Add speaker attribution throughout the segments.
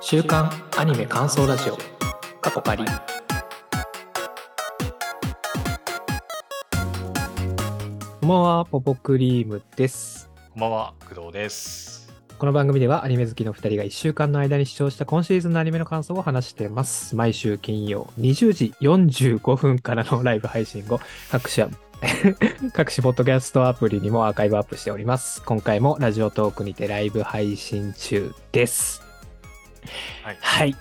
Speaker 1: 週刊アニメ感想ラジオ過去仮こんばんはポポクリームです
Speaker 2: こんばんは、工藤です。
Speaker 1: この番組ではアニメ好きの2人が1週間の間に視聴した今シーズンのアニメの感想を話しています毎週金曜20時45分からのライブ配信後各社 各種ポッドキャストアプリにもアーカイブアップしております今回もラジオトークにてライブ配信中です
Speaker 2: はい。
Speaker 1: はい。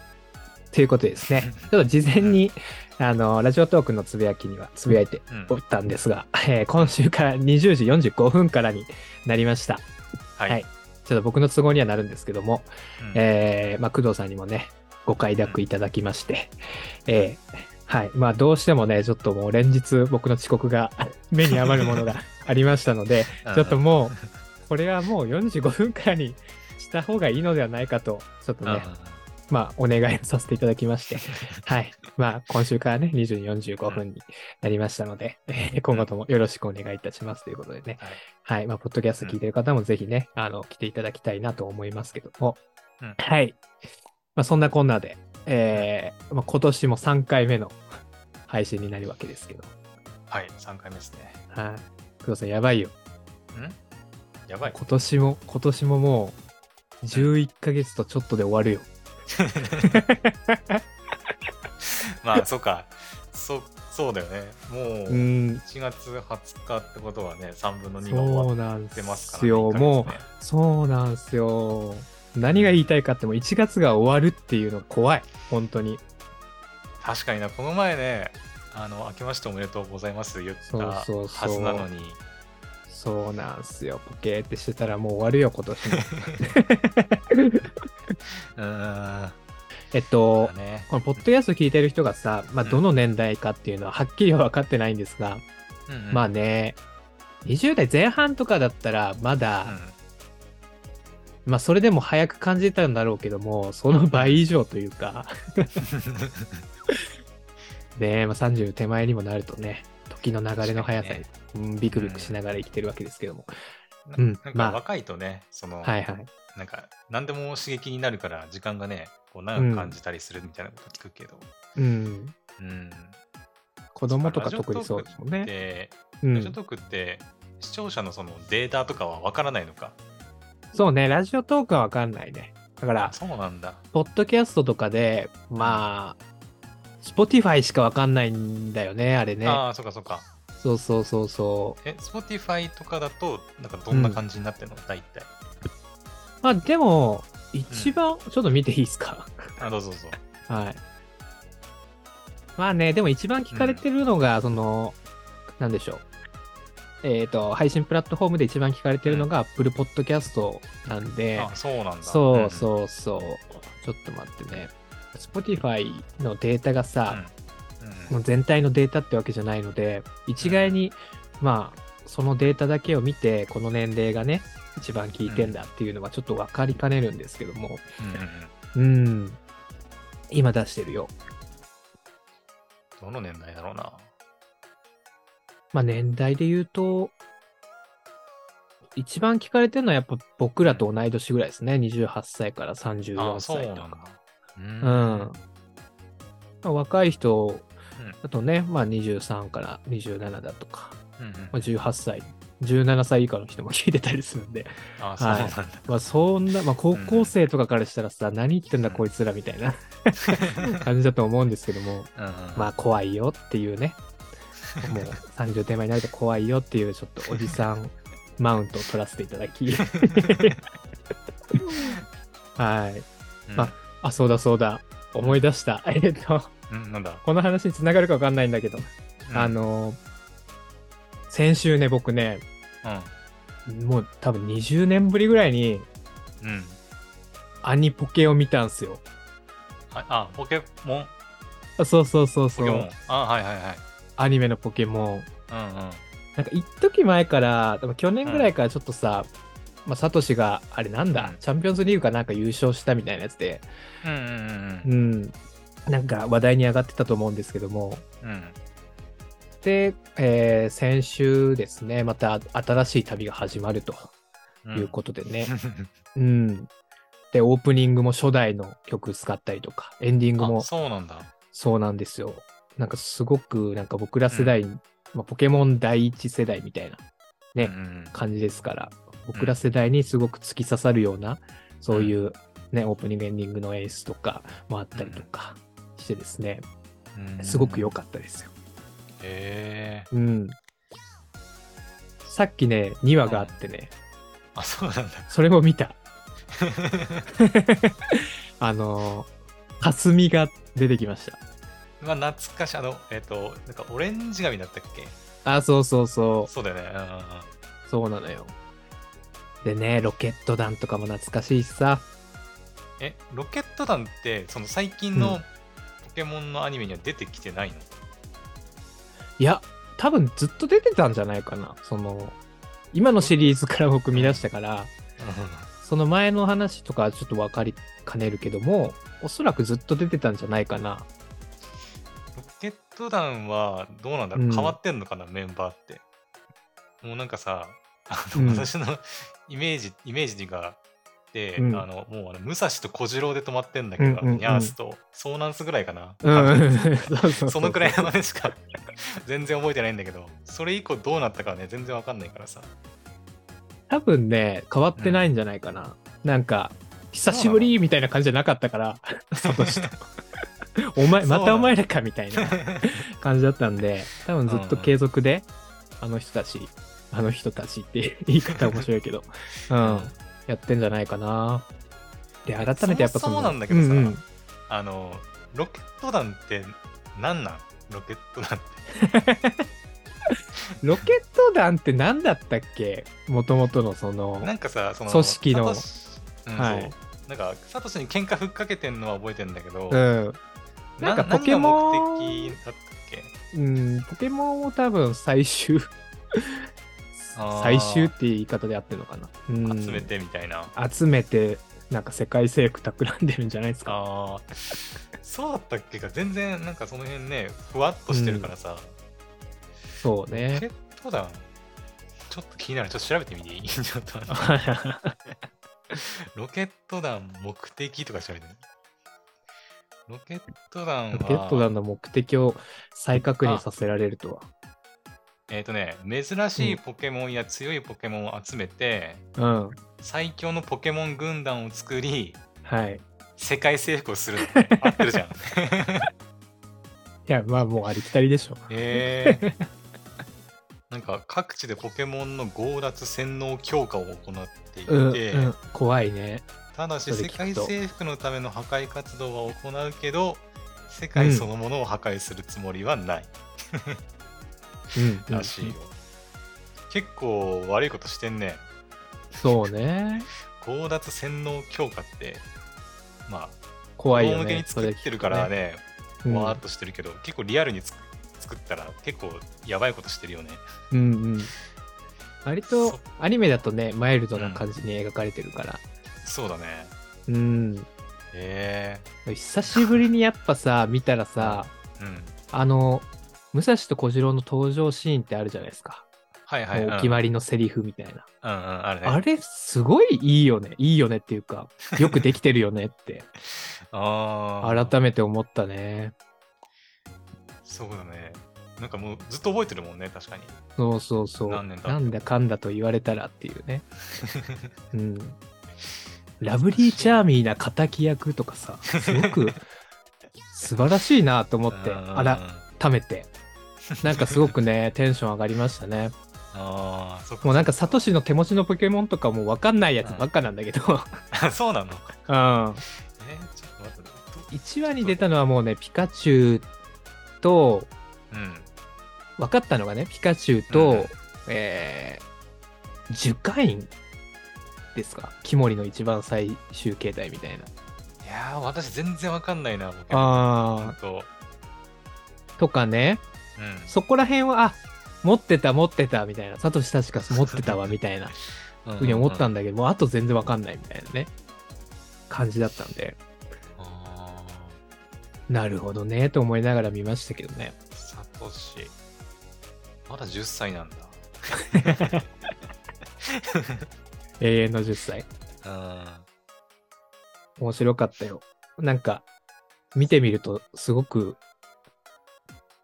Speaker 1: ということでですね、ちょっと事前に、あの、ラジオトークのつぶやきにはつぶやいて
Speaker 2: うん
Speaker 1: おったんですが、えー今週から20時45分からになりました。
Speaker 2: はい
Speaker 1: はいちょっと僕の都合にはなるんですけども、
Speaker 2: うん
Speaker 1: えーまあ、工藤さんにもね、ご快諾いただきまして、えーはい。まあ、どうしてもね、ちょっともう連日僕の遅刻 が目に余るものがありましたので、
Speaker 2: うん
Speaker 1: ちょっともう、これはもう45分からにした方がいいのではないかと、ちょっと
Speaker 2: うん
Speaker 1: ね、まあ、お願いをさせていただきま して、はい。まあ、今週からね、20時45分になりましたので、えー今後ともよろしくお願いいたしますということでね、
Speaker 2: はい
Speaker 1: はい。まあ、ポッドキャスト聞いてる方もぜひね、あの、来ていただきたいなと思いますけども、
Speaker 2: うん
Speaker 1: はい。まあ、そんなこんなで、えーまあ、今年も3回目の配信になるわけですけど、
Speaker 2: はい、3回目ですね。
Speaker 1: はい。工藤さん、やばいよ。
Speaker 2: やばい。
Speaker 1: 今年も、今年ももう、11ヶ月とちょっとで終わるよ。
Speaker 2: まあ、そうか。そ、そうだよね。も
Speaker 1: う
Speaker 2: う、
Speaker 1: ん、
Speaker 2: 1月20日ってことはね、3分の2が終
Speaker 1: そ
Speaker 2: わ
Speaker 1: うなん
Speaker 2: ってますか
Speaker 1: で
Speaker 2: ら
Speaker 1: すよ。
Speaker 2: ね。一ヶ月ね
Speaker 1: もう、そうなんですよ。何が言いたいかっても1月が終わるっていうのが怖い。本当に。
Speaker 2: 確かにな、この前ね、あの、明けましておめでとうございます言ったは
Speaker 1: そうそうそう
Speaker 2: ずなのに、
Speaker 1: そうなんですよ。ポケーってしてたらもう終わるよ、今年 も。
Speaker 2: うーん、
Speaker 1: えっと
Speaker 2: だ、ね。
Speaker 1: このポッドキャスト聞いてる人がさ、まあ、
Speaker 2: うん
Speaker 1: どの年代かっていうのははっきりは分かってないんですが、
Speaker 2: うんうん
Speaker 1: まあ、ね、20代前半とかだったらま
Speaker 2: う
Speaker 1: だ、
Speaker 2: ん
Speaker 1: まあそれでも早く感じたんだろうけども、その倍以上という か、ねまあ、30手前にもなるとね、時の流れの速さに、うんビクビクしながら生きてるわけですけども。うん
Speaker 2: ななん
Speaker 1: まあ
Speaker 2: か若いとね、その、
Speaker 1: はいはい。
Speaker 2: なんか何でも刺激になるから時間がねこう長く感じたりするみたいなこと聞くけど、
Speaker 1: うん。
Speaker 2: うん
Speaker 1: 子供とか特にそうですもんね。
Speaker 2: で、
Speaker 1: う
Speaker 2: ラジオ
Speaker 1: ん、
Speaker 2: トークって視聴者のそのデータとかはわからないのか
Speaker 1: そうね、ラジオトークは分かんないね。だから、
Speaker 2: そうなんだ
Speaker 1: ポッドキャストとかで、まあ、Spotify しか分かんないんだよね、あれね。
Speaker 2: ああそうかそうか
Speaker 1: そうそうそうそ
Speaker 2: え Spotify とかだとなんかどんな感じになってるの、大体
Speaker 1: う。まあ、でも、一番、ちょっと見ていいですか。
Speaker 2: あどうぞどうぞ
Speaker 1: はい。まあね、でも一番聞かれてるのが、その、なんでしょう。えっ、と、配信プラットフォームで一番聞かれてるのが Apple Podcast なんで、
Speaker 2: あそうなんだ
Speaker 1: そう
Speaker 2: う
Speaker 1: そうそう。ちょっと待ってね。Spotify のデータがさ、
Speaker 2: ん、うん
Speaker 1: もう全体のデータってわけじゃないので、一概に、まあ、そのデータだけを見て、この年齢がね、一番聞いてんだっていうのはちょっと分かりかねるんですけども、
Speaker 2: うんうんうん
Speaker 1: うん、今出してるよ。
Speaker 2: どの年代だろうな
Speaker 1: まあ年代で言うと、一番聞かれてるのはやっぱ僕らと同い年ぐらいですね。28歳から
Speaker 2: あ
Speaker 1: 34
Speaker 2: そう
Speaker 1: 歳
Speaker 2: な
Speaker 1: と
Speaker 2: んだ
Speaker 1: か。
Speaker 2: う
Speaker 1: うんん。まあ若い人だとね、まあ23から27だとか、
Speaker 2: うんうん
Speaker 1: まあ、18歳、17歳以下の人も聞いてたりするんで、
Speaker 2: あそうなんだ、
Speaker 1: まあそんな、まあ高校生とかからしたらさ、何言ってんだ
Speaker 2: うん
Speaker 1: こいつらみたいな 感じだと思うんですけども、
Speaker 2: うんうん
Speaker 1: まあ怖いよっていうね、もう30手前になると怖いよっていうちょっとおじさんマウントを取らせていただき。はい。
Speaker 2: うん
Speaker 1: まあ、そうだそうだ。思い出した。えっと、
Speaker 2: うん、なんだ、
Speaker 1: この話につながるかわかんないんだけど、
Speaker 2: うん
Speaker 1: あ、の、先週ね、僕ね、もう多分20年ぶりぐらいに
Speaker 2: うん、うん。
Speaker 1: アニポケを見たんすよ。
Speaker 2: あ、あポケモン
Speaker 1: あそうそうそう
Speaker 2: ポ
Speaker 1: そ
Speaker 2: ケモン
Speaker 1: う。。
Speaker 2: あ、はいはいはい。
Speaker 1: アニメのポケモン。
Speaker 2: うんうん。
Speaker 1: なんか一時前から、多分去年ぐらいからちょっとさ、まあ、サトシが、あれなんだ、
Speaker 2: うん
Speaker 1: チャンピオンズリーグかなんか優勝したみたいなやつで、
Speaker 2: うんうんうん
Speaker 1: うん、なんか話題に上がってたと思うんですけども、
Speaker 2: うん。うん。
Speaker 1: で、えー先週ですね、また新しい旅が始まるということでね、うん、で、オープニングも初代の曲使ったりとか、エンディング
Speaker 2: あ
Speaker 1: も
Speaker 2: そうなんだ。
Speaker 1: そうなんですよ。なんかすごく、なんか僕ら世代、まあ、ポケモン第一世代みたいなね
Speaker 2: うんうん
Speaker 1: 感じですから、僕ら世代にすごく突き刺さるような、そういうね、オープニング、エンディングの演出とかもあったりとかしてですね、
Speaker 2: うん
Speaker 1: すごく良かったですよ。
Speaker 2: へえ
Speaker 1: うん。さっきね、2話があってね、
Speaker 2: あ、そうなんだ。
Speaker 1: それも見た。 あのー、霞が出てきました。
Speaker 2: まあ、懐かしい。あの、えっ、と、なんかオレンジ髪だったっけ
Speaker 1: あ、そうそうそ
Speaker 2: そうだよね。うんうんうん
Speaker 1: う。そうなのよ。でね、ロケット弾とかも懐かしいしさ。
Speaker 2: え、ロケット団って、その最近
Speaker 1: う
Speaker 2: の
Speaker 1: ん
Speaker 2: ポケモンのアニメには出てきてないの、
Speaker 1: いや、多分ずっと出てたんじゃないかな。その、今のシリーズから僕見出したから、その前の話とかはちょっと分かりかねるけども、おそらくずっと出てたんじゃないかな。
Speaker 2: ロケット団はどうなんだろ
Speaker 1: う
Speaker 2: う、
Speaker 1: ん
Speaker 2: 変わってんのかな、メンバーって。もうなんかさ、あ
Speaker 1: うん
Speaker 2: の私の イメージ、イメージが、で、
Speaker 1: うん
Speaker 2: あの、もうあの武蔵と小次郎で止まってんだけど、
Speaker 1: うんうんうん
Speaker 2: ニャースとソーナンスぐらいかな。
Speaker 1: うん。そうそうう
Speaker 2: そのくらいまでしか 全然覚えてないんだけど、それ以降どうなったかはね、全然わかんないからさ。
Speaker 1: 多分ね、変わってないんじゃないかな。なんか、久しぶりみたいな感じじゃなかった から、サトシと。 お前、
Speaker 2: そう
Speaker 1: ま
Speaker 2: なの
Speaker 1: たお前らかみた いな感じだったんで、多分ずっと継続で、あの人たち、あの人たちっていう言い方面白いけど、うん、やってんじゃないかな。で、改めてやっぱ
Speaker 2: そ
Speaker 1: その。
Speaker 2: もそもなんだけどさ
Speaker 1: ううん
Speaker 2: あの、ロケット団って何なんロケット団って。
Speaker 1: ロケット団って何だったっけもともとのその、
Speaker 2: なんかさ、その
Speaker 1: 組織の
Speaker 2: サトシうん
Speaker 1: はい
Speaker 2: そうなんか、サトシに喧嘩ふっかけてんのは覚えてんだけど、
Speaker 1: うん、なんかポケモン
Speaker 2: 何が目的だったっけ
Speaker 1: うん、ポケモンを多分最終
Speaker 2: あー
Speaker 1: 最終っていう言い方でやってるのかな、うん
Speaker 2: 集めてみたいな。
Speaker 1: 集めてなんか世界征服企んでるんじゃないですか
Speaker 2: ああ、そうだったっけか、全然なんかその辺ね、ふわっとしてるからさ、
Speaker 1: そう
Speaker 2: ロ ケ
Speaker 1: ね
Speaker 2: ット団、ちょっと気になる、ちょっと調べてみてい いちょっとあのロケット団目的とか調べてみて。ロケット団
Speaker 1: ロケット団
Speaker 2: は、
Speaker 1: の目的を再確認させられると
Speaker 2: えっ、とね、珍しいポケモンや強いポケモンを集めて、
Speaker 1: はうん
Speaker 2: 最強のポケモン軍団を作り
Speaker 1: はい
Speaker 2: 世界征服をするのね合ってるじゃん
Speaker 1: いやまあもうありきたりでしょ
Speaker 2: へえなんか各地でポケモンの強奪洗脳強化を行っていて、
Speaker 1: うん、うん、怖いね
Speaker 2: ただし
Speaker 1: それ
Speaker 2: 世
Speaker 1: 聞
Speaker 2: 界
Speaker 1: くと
Speaker 2: 征服のための破壊活動は行うけど世界そのものを破壊するつもりはない
Speaker 1: うん、うん
Speaker 2: らしいよ、結構悪いことしてんね
Speaker 1: そうね
Speaker 2: 強奪洗脳強化ってまあ
Speaker 1: 怖い
Speaker 2: 子供
Speaker 1: よ
Speaker 2: 向けに
Speaker 1: ね
Speaker 2: 作ってるからね
Speaker 1: それ聞くとね
Speaker 2: わーっとしてるけど、結構リアルにつく作ったら結構やばいことしてるよね。
Speaker 1: うんうんうん割
Speaker 2: そ
Speaker 1: と
Speaker 2: う
Speaker 1: アニメだとねマイルドな感じに描かれてるから
Speaker 2: そうだね。
Speaker 1: うん
Speaker 2: へ
Speaker 1: 久しぶりにやっぱさ見たらさ
Speaker 2: えうん。
Speaker 1: あの武蔵と小次郎の登場シーンってあるじゃないですか、
Speaker 2: はいはい。
Speaker 1: もうお
Speaker 2: うん
Speaker 1: 決まりのセリフみたいな、
Speaker 2: うんうん、あるね。
Speaker 1: あれすごいいいよねいいよねっていうかよくできてるよねって
Speaker 2: あー
Speaker 1: 改めて思ったね
Speaker 2: そうだね。なんかもうずっと覚えてるもんね、確かに。
Speaker 1: そうそうそう
Speaker 2: 何年だ
Speaker 1: なんだかんだと言われたらっていう ねうんラブリーチャーミーな敵役とかさすご く素晴らしいなと思って
Speaker 2: うん
Speaker 1: 改めてなんかすごくねテンション上がりましたね
Speaker 2: あーそっか。
Speaker 1: もうなんかサトシの手持ちのポケモンとかもう分かんないやつばっかなんだけど、
Speaker 2: あ そうな
Speaker 1: う
Speaker 2: の。
Speaker 1: ん、1
Speaker 2: えーちょっと待って。ど
Speaker 1: 話に出たのはもうねピカチュウと
Speaker 2: うん。
Speaker 1: 分かったのがねピカチュウ
Speaker 2: う
Speaker 1: と
Speaker 2: ん、
Speaker 1: えー、樹海院ですかキモリの一番最終形態みたいない
Speaker 2: やー、私全然わかんないな、僕。ほん
Speaker 1: あ
Speaker 2: と。
Speaker 1: とかね
Speaker 2: うん。
Speaker 1: そこら辺はあ持ってた持ってたみたいなサトシ確か持ってたわみたいな
Speaker 2: うんうんうん
Speaker 1: ふうに思ったんだけど、もうあと全然分かんないみたいなね感じだったんで
Speaker 2: あ
Speaker 1: なるほどねと思いながら見ましたけどね
Speaker 2: ーサトシ。まだ10歳なんだ。
Speaker 1: 永遠の10歳
Speaker 2: うん。
Speaker 1: 面白かったよ。なんか、見てみると、すごく、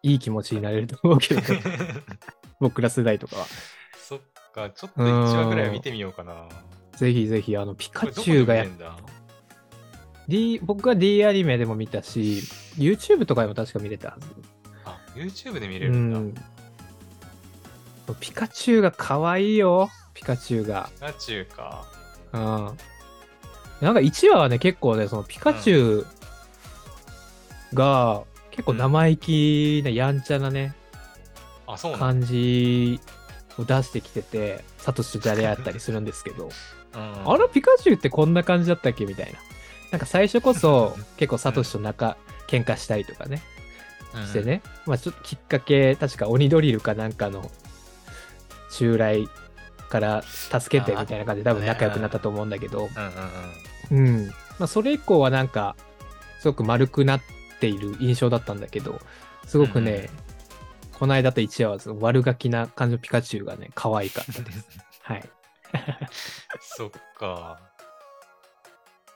Speaker 1: いい気持ちになれると思うけど ね、僕ら世代とかは。
Speaker 2: そっか、ちょっと1話ぐらいは見てみようかな。
Speaker 1: ぜひぜひ、あの、ピ
Speaker 2: こ
Speaker 1: カ
Speaker 2: れどこ
Speaker 1: チュウがや
Speaker 2: で見れんだ
Speaker 1: D、僕は D アニメでも見たし、YouTube とかでも確か見れたはず。
Speaker 2: あ、YouTube で見れ
Speaker 1: う
Speaker 2: るんだ。
Speaker 1: ん。ピカチュウが可愛いよ、ピカチュウが。
Speaker 2: ピカチュウか。
Speaker 1: うん。なんか1話はね、結構ね、そのピカチュウが結構生意気な、やんちゃなね、
Speaker 2: あ、そうなん
Speaker 1: 感じを出してきてて、サトシとじゃれ合ったりするんですけど、
Speaker 2: うん
Speaker 1: あれピカチュウってこんな感じだったっけみたいな。なんか最初こそ結構サトシと仲、喧嘩したりとかね、して。ね、まあちょっときっかけ、確か鬼ドリルかなんかの襲来から助けてみたいな感じで
Speaker 2: あー
Speaker 1: 多分仲良くなったと思うんだけど、
Speaker 2: うんうんうんうん。
Speaker 1: うん。まあそれ以降はなんか、すごく丸くなっている印象だったんだけど、すごく
Speaker 2: うんうん
Speaker 1: ね、この間と一話はその悪ガキな感じのピカチュウがね、可愛かった です。はい。
Speaker 2: そっか。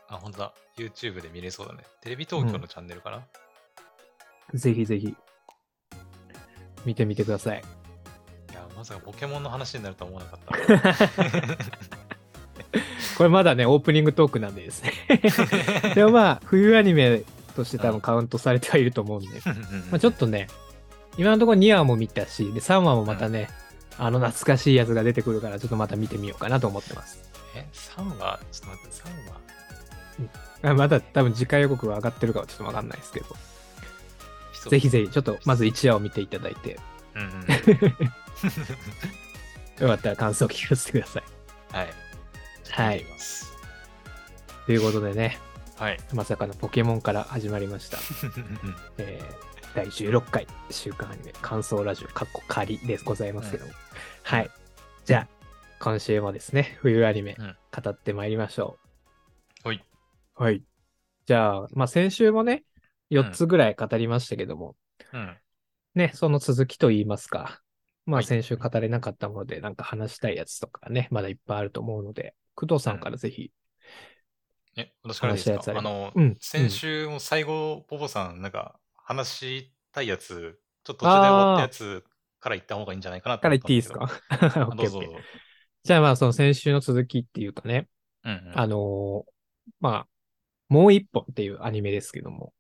Speaker 2: あ、ほんとだ。YouTube で見れそうだね。テレビ東京のチャンネルかな、
Speaker 1: ぜひぜひ、見てみてください。
Speaker 2: いや、まさかポケモンの話になるとは思わなかった。
Speaker 1: これまだね、オープニングトークなんでです ね。でもまあ、冬アニメとして多分カウントされてはいると思うんで、 まあ、ちょっとね、今のところ2話も見たし、で3話もまたね、あの懐かしいやつが出てくるから、ちょっとまた見てみようかなと思ってます。
Speaker 2: え、3話ちょっと待って、3話
Speaker 1: あまだ多分次回予告が上がってるかはちょっとわかんないですけど、
Speaker 2: 一つ
Speaker 1: ぜひぜひ、ちょっとまず1話を見ていただいて、
Speaker 2: うん うん
Speaker 1: よかったら感想を聞かせてください。
Speaker 2: はい。
Speaker 1: はい
Speaker 2: 見てみます
Speaker 1: ということでね、
Speaker 2: はい。
Speaker 1: まさかのポケモンから始まりました。えー第16回週刊アニメ感想ラジオかっこ仮でございますけども、はいじゃあ今週もですね冬アニメ
Speaker 2: うん
Speaker 1: 語ってまいりましょう、
Speaker 2: はい
Speaker 1: はいじゃあまあ先週もね4つぐらい語りましたけども、
Speaker 2: うん。
Speaker 1: ねその続きと言いますかま
Speaker 2: は
Speaker 1: あ
Speaker 2: い
Speaker 1: 先週語れなかったものでなんか話したいやつとかねまだいっぱいあると思うので工藤さんからぜひ、
Speaker 2: え、私からでいいです
Speaker 1: 話したや
Speaker 2: か
Speaker 1: つ
Speaker 2: あ
Speaker 1: あれば
Speaker 2: の、
Speaker 1: うん
Speaker 2: 先週も最後、ポポさん、なんか、話したいやつ、ちょっと途中で終わったやつから言った方がいいんじゃないかなと
Speaker 1: から
Speaker 2: 思
Speaker 1: 言
Speaker 2: っ
Speaker 1: ったてい
Speaker 2: ん
Speaker 1: い
Speaker 2: で
Speaker 1: ですす
Speaker 2: けど
Speaker 1: か
Speaker 2: あどうぞ
Speaker 1: OK。じゃあまあその先週の続きっていうかね、
Speaker 2: うんうん
Speaker 1: あのーまあ、もう一本っていうアニメですけども。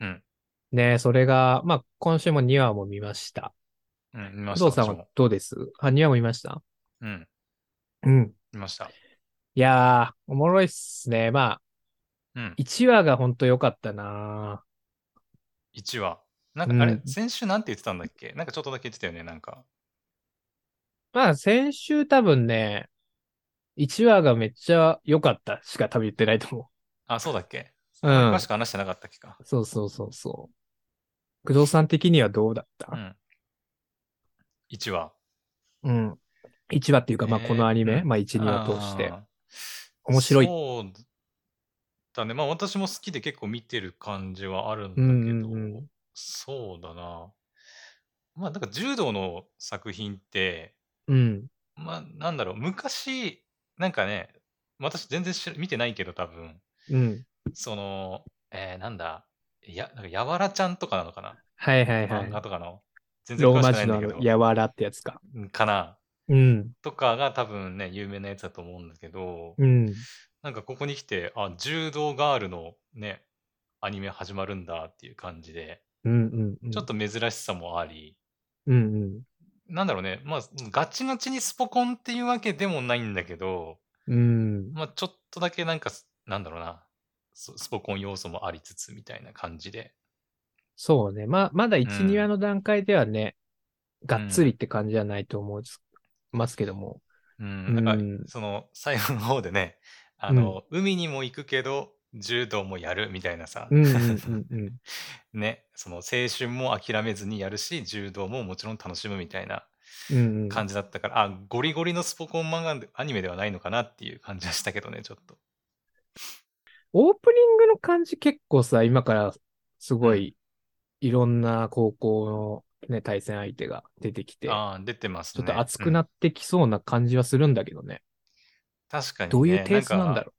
Speaker 2: うん
Speaker 1: ねそれが、まあ、今週も2話も見ました。
Speaker 2: うん、見ました。
Speaker 1: 工藤さん
Speaker 2: 私
Speaker 1: は
Speaker 2: も
Speaker 1: どうですあ、2話も見ました
Speaker 2: うん、
Speaker 1: うん。
Speaker 2: 見ました。
Speaker 1: いやー、おもろいっすね。まあ、
Speaker 2: うん、
Speaker 1: 1話がほんと良かったな
Speaker 2: 1話。なんか、あれ、
Speaker 1: うん
Speaker 2: 先週なんて言ってたんだっけなんかちょっとだけ言ってたよね、なんか。
Speaker 1: まあ、先週多分ね、1話がめっちゃ良かったしか多分言ってないと思
Speaker 2: あ、そうだっけ
Speaker 1: う。うん
Speaker 2: 詳。しく話してなかったっけか。
Speaker 1: そうそうそうそう。工藤さん的にはどうだっ
Speaker 2: う
Speaker 1: た
Speaker 2: ん。1話。
Speaker 1: うん。1話っていうか、まあ、
Speaker 2: えー
Speaker 1: このアニメ、
Speaker 2: うん
Speaker 1: まあ、1、2話通して。
Speaker 2: あー
Speaker 1: 面白い
Speaker 2: そうだね。まあ私も好きで結構見てる感じはあるんだけ
Speaker 1: う
Speaker 2: ど、
Speaker 1: んうんうん
Speaker 2: そうだな。まあなんか柔道の作品って、
Speaker 1: うん。
Speaker 2: まあなんだろう、昔、なんかね、私全然知ら見てないけど多分、
Speaker 1: うん。
Speaker 2: その、えー、なんだ、や、なんかやわらちゃんとかなのかな
Speaker 1: はいはいは
Speaker 2: 漫
Speaker 1: い
Speaker 2: 画。とかの。全然
Speaker 1: ロー
Speaker 2: 詳し
Speaker 1: マ
Speaker 2: く
Speaker 1: 字
Speaker 2: ないん
Speaker 1: の
Speaker 2: だ
Speaker 1: あ
Speaker 2: け
Speaker 1: の、
Speaker 2: ど。
Speaker 1: やわらってやつか。
Speaker 2: かな
Speaker 1: うん。
Speaker 2: とかが多分ね、有名なやつだと思うんだけど、
Speaker 1: うん。
Speaker 2: なんかここに来て、あ、柔道ガールのね、アニメ始まるんだっていう感じで、
Speaker 1: うんうんうん。
Speaker 2: ちょっ
Speaker 1: と。
Speaker 2: と珍しさもあり、
Speaker 1: うんうん。
Speaker 2: なんだろうね、まあ、ガチガチにスポコンっていうわけでもないんだけど、
Speaker 1: うん。
Speaker 2: まあ、ちょっとだけなんか、なんだろうな、そスポコン要素もありつつみたいな感じで。
Speaker 1: そうね。まあ、まだ1、
Speaker 2: うん
Speaker 1: 2話の段階ではね、がっつりって感じじゃないと思いますけども。
Speaker 2: うん、なんか、
Speaker 1: うん
Speaker 2: その、最後の方でね、あの、海にも行くけど、柔道もやるみたいなさ、
Speaker 1: うんうんうんうん。
Speaker 2: ね、その青春も諦めずにやるし、柔道ももちろん楽しむみたいな
Speaker 1: うんうん。
Speaker 2: 感じだったから、あ、ゴリゴリのスポコン漫画でアニメではないのかなっていう感じはしたけどね、ちょっと。
Speaker 1: オープニングの感じ結構さ、今からすごい、いろんな高校のね、対戦相手が出てきて、ちょ
Speaker 2: ああ、出てますね。
Speaker 1: っと熱くな
Speaker 2: っ
Speaker 1: ってきそうな感じはするんだけどね。
Speaker 2: 確かに、ね。
Speaker 1: どういうテイストなんだろ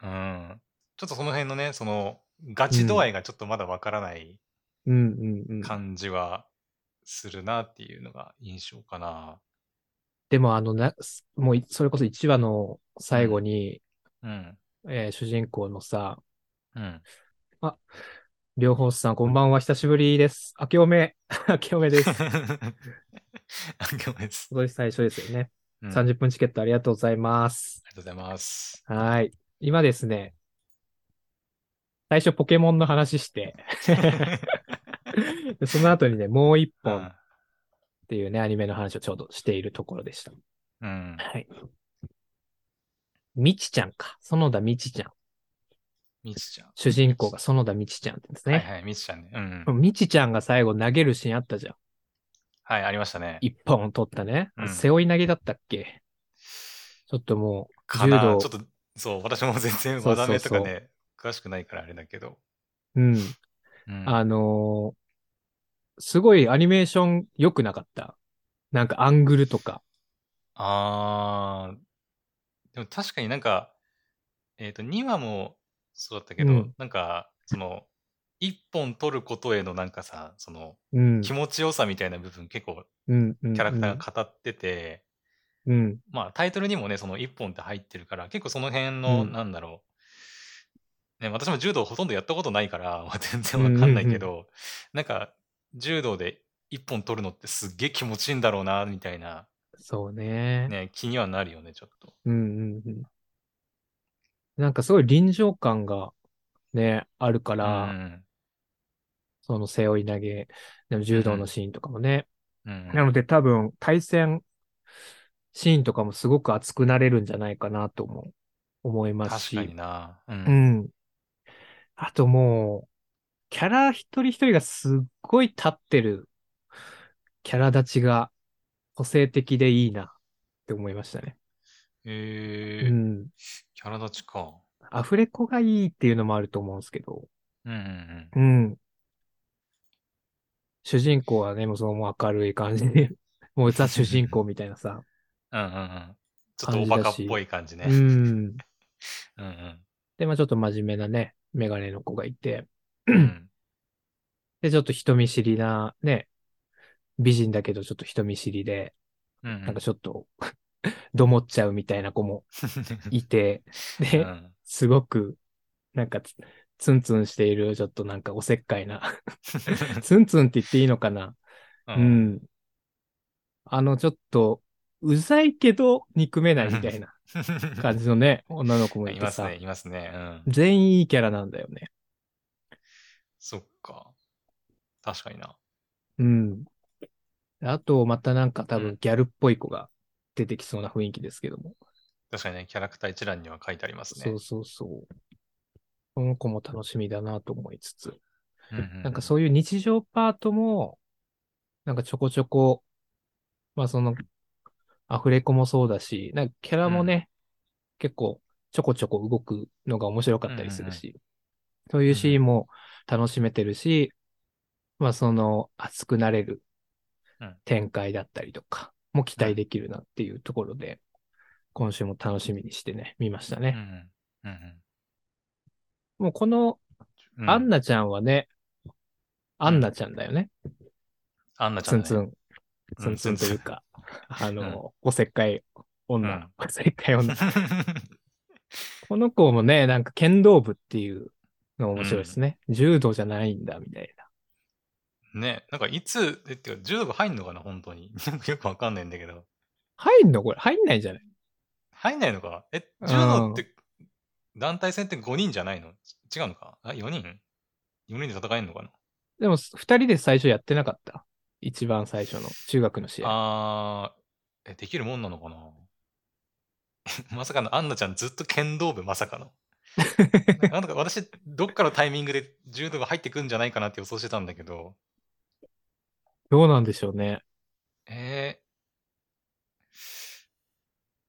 Speaker 2: ろう。うん。ちちょっとその辺のね、その、ガチ度合いがちょっとまだわからない
Speaker 1: うんうんうん。
Speaker 2: 感じはするなっていうのが印象かな。
Speaker 1: でも、あのな、もうい、それこそ1話の最後に、
Speaker 2: うん。
Speaker 1: えー主人公のさ、
Speaker 2: うん。
Speaker 1: 両方さん、こんばんは、久しぶりです。明けおめ、明けおめです。今
Speaker 2: あごめんです。
Speaker 1: 年最初ですよね。
Speaker 2: うんありが
Speaker 1: 30分チケットありがとうございます。
Speaker 2: とうござ います。
Speaker 1: はい。今ですね、最初ポケモンの話して、でその後にね、もう一
Speaker 2: う
Speaker 1: 本っ
Speaker 2: ん
Speaker 1: ていうね、アニメの話をちょうどしているところでした。
Speaker 2: うん。
Speaker 1: はい。みちちゃんか。園田みちちゃん。
Speaker 2: みちちゃん。
Speaker 1: 主人公が園田みちちゃんです
Speaker 2: はい
Speaker 1: ね。
Speaker 2: はい、みちちゃんね。うん。
Speaker 1: みちちゃんが最後投げるシーンあったじゃん。
Speaker 2: はい、ありましたね。
Speaker 1: 一本取ったね。
Speaker 2: うん
Speaker 1: 背負い投げだったっけちょっともう、
Speaker 2: か
Speaker 1: 柔
Speaker 2: な
Speaker 1: 道
Speaker 2: ちょっと、そう、私も全然
Speaker 1: そうそうそう
Speaker 2: 技名とかね、詳しくないからあれだけど。
Speaker 1: うん。
Speaker 2: うん
Speaker 1: あのーすごいアニメーション良くなかった。なんかアングルとか。
Speaker 2: あーでも確かになんか、えっ、と、2話もそうだったけど、
Speaker 1: うん
Speaker 2: なんか、その、一本取ることへのなんかさ、その、
Speaker 1: うん。
Speaker 2: 気持ちよさみたいな部分結構
Speaker 1: うんうん、
Speaker 2: キャラクターが語ってて、
Speaker 1: うん。
Speaker 2: まあタイトルにもね、その一本って入ってるから、結構その辺の、
Speaker 1: うん
Speaker 2: なんだろう、ね、私も柔道ほとんどやったことないから、 まあ、全然わかんないけど、なんか、柔道で一本取るのってすっげえ気持ちいいんだろうな、みたいな、
Speaker 1: そうね。
Speaker 2: ね、気にはなるよね、ちょっと。
Speaker 1: うんうんうん。なんかすごい臨場感がね、あるか
Speaker 2: う
Speaker 1: ら、
Speaker 2: ん
Speaker 1: その背負い投げ、でも柔道のシーンとかもね。
Speaker 2: うん
Speaker 1: なので多分対戦シーンとかもすごく熱くなれるんじゃないかなと思う思います
Speaker 2: 確
Speaker 1: し。
Speaker 2: かにな。う。
Speaker 1: うんん。あともう、キャラ一人一人がすっごい立ってるキャラ立ちが個性的でいいなって思いましたね。
Speaker 2: え
Speaker 1: う
Speaker 2: ー、
Speaker 1: ん。
Speaker 2: キャラ立ちか。
Speaker 1: アフレコがいいっていうのもあると思うんですけど。
Speaker 2: うんうん
Speaker 1: うん。主人公はね、もうそのもう明るい感じで、 もうザ主人公みたいな さ。
Speaker 2: うん。うんうんうん。ちょっとおバカっぽい感じね。
Speaker 1: う。ん。
Speaker 2: うんうん
Speaker 1: で、まあちょっと真面目なね、メガネの子がいて、
Speaker 2: うん。
Speaker 1: で、ちょっと人見知りな、ね、美人だけどちょっと人見知りで、
Speaker 2: うんうん。
Speaker 1: なんかちょっと、 どもっちゃうみたいな子もいて、
Speaker 2: う
Speaker 1: で、
Speaker 2: ん
Speaker 1: すごく、なんかつ、ツンツンしている、ちょっとなんかおせっかい な、ツンツンって言っていいのかな
Speaker 2: う
Speaker 1: うんん。あの、ちょっと、うざいけど憎めないみたいな感じのね、女の子もい
Speaker 2: い
Speaker 1: て
Speaker 2: ます
Speaker 1: さ
Speaker 2: ね、、いますね。うん。
Speaker 1: 全員いいキャラなんだよね。
Speaker 2: そっか。確かにな。
Speaker 1: うん。あと、またなんか多
Speaker 2: う
Speaker 1: 分
Speaker 2: ん
Speaker 1: ギャルっぽい子が出てきそうな雰囲気ですけども。
Speaker 2: 確かにね、キャラクター一覧には書いてありますね。
Speaker 1: そうそうそう。この子も楽しみだなと思いつつ。
Speaker 2: うんうん
Speaker 1: なんかそういう日常パートも、なんかちょこちょこ、まあその、アフレコもそうだし、なんかキャラもね、結構ちょこちょこ動くのが面白かったりするし、そういうシーンも楽しめてるし、まあその熱くなれる
Speaker 2: うん
Speaker 1: 展開だったりとかも期待できるなっていうところで、今週も楽しみにしてね、見ました
Speaker 2: う
Speaker 1: ね。
Speaker 2: んうん。うん
Speaker 1: もうこの
Speaker 2: うん。
Speaker 1: アンナちゃんはね、アンナちゃんだよね。
Speaker 2: アンナちゃ
Speaker 1: ツ
Speaker 2: ん
Speaker 1: ン
Speaker 2: だね。
Speaker 1: ツン。ツ
Speaker 2: うん
Speaker 1: ンツンというか、あの、おせっかい女、おせっかい 女。この子もね、なんか剣道部っていうの面白いですね。柔道じゃないんだ、みたいな。
Speaker 2: ね、なんかいつ、えっていうか、柔道部入んのかな、本当に。 なんかよくわかんないんだけど。
Speaker 1: 入んのこれ、入んないんじゃない
Speaker 2: 入んないのかえ、
Speaker 1: うん
Speaker 2: 柔道って、団体戦って5人じゃないのち違うのかあ、4人 ?4 人で戦えるのかな
Speaker 1: でも、二人で最初やってなかった。一番最初の中学の試合。
Speaker 2: あー、え、できるもんなのかな まさかの、アンナちゃんずっと剣道部、まさか の。なんか私、どっかのタイミングで柔道部入ってくんじゃないかなって予想してたんだけど、
Speaker 1: どうなんでしょうね。
Speaker 2: え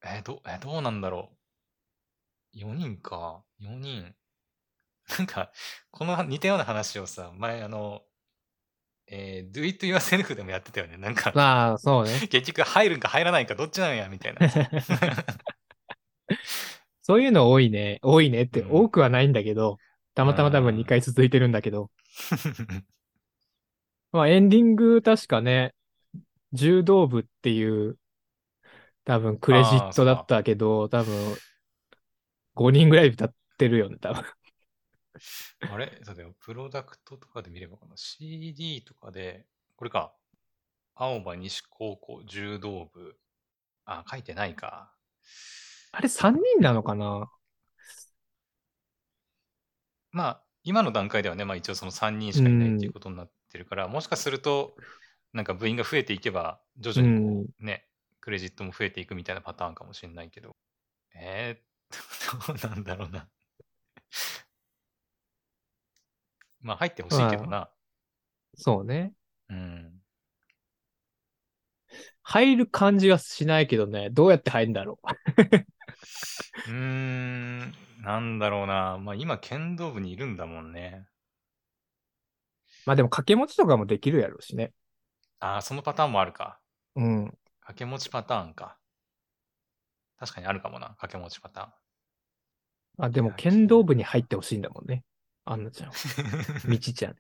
Speaker 2: ー、えーど、えーどうなんだろう。4人か。4人。なんか、この似たような話をさ、前あの、えー、do it yourself でもやってたよね。なんか、
Speaker 1: まあ、 そうね。
Speaker 2: 結局入るんか入らないかどっちなんや、みたいな。
Speaker 1: そういうの多いね、多いねって
Speaker 2: うん
Speaker 1: 多くはないんだけど、たまたま多分2回続いてるんだけど、まあエンディング確かね、柔道部っていう多分クレジットだったけど、多分5人ぐらい歌ってるよね、多分。
Speaker 2: あれそうだよ。プロダクトとかで見ればかな。CD とかで、これか。青葉西高校柔道部。あ、書いてないか。
Speaker 1: あれ3人なのかな
Speaker 2: まあ、今の段階ではね、まあ一応その3人しかいないっていうことになってるから、もしかすると、なんか部員が増えていけば、徐
Speaker 1: う
Speaker 2: 々に
Speaker 1: ん。
Speaker 2: ね、クレジットも増えていくみたいなパターンかもしれないけど。えー、 どうなんだろうな。まあ入ってほしいけどな。
Speaker 1: そうね。
Speaker 2: うん。
Speaker 1: 入る感じはしないけどね、どうやって入るんだろう。
Speaker 2: うーん、なんだろうな。まあ今、剣道部にいるんだもんね。
Speaker 1: まあでも掛け持ちとかもできるやろうしね。
Speaker 2: ああ、そのパターンもあるか。
Speaker 1: うん。
Speaker 2: 掛け持ちパターンか。確かにあるかもな。掛け持ちパタ
Speaker 1: あ、で
Speaker 2: い
Speaker 1: も
Speaker 2: や
Speaker 1: 剣道部に入ってほしいんだもんね。アンナ ちゃん。
Speaker 2: ーン。
Speaker 1: みちちゃん。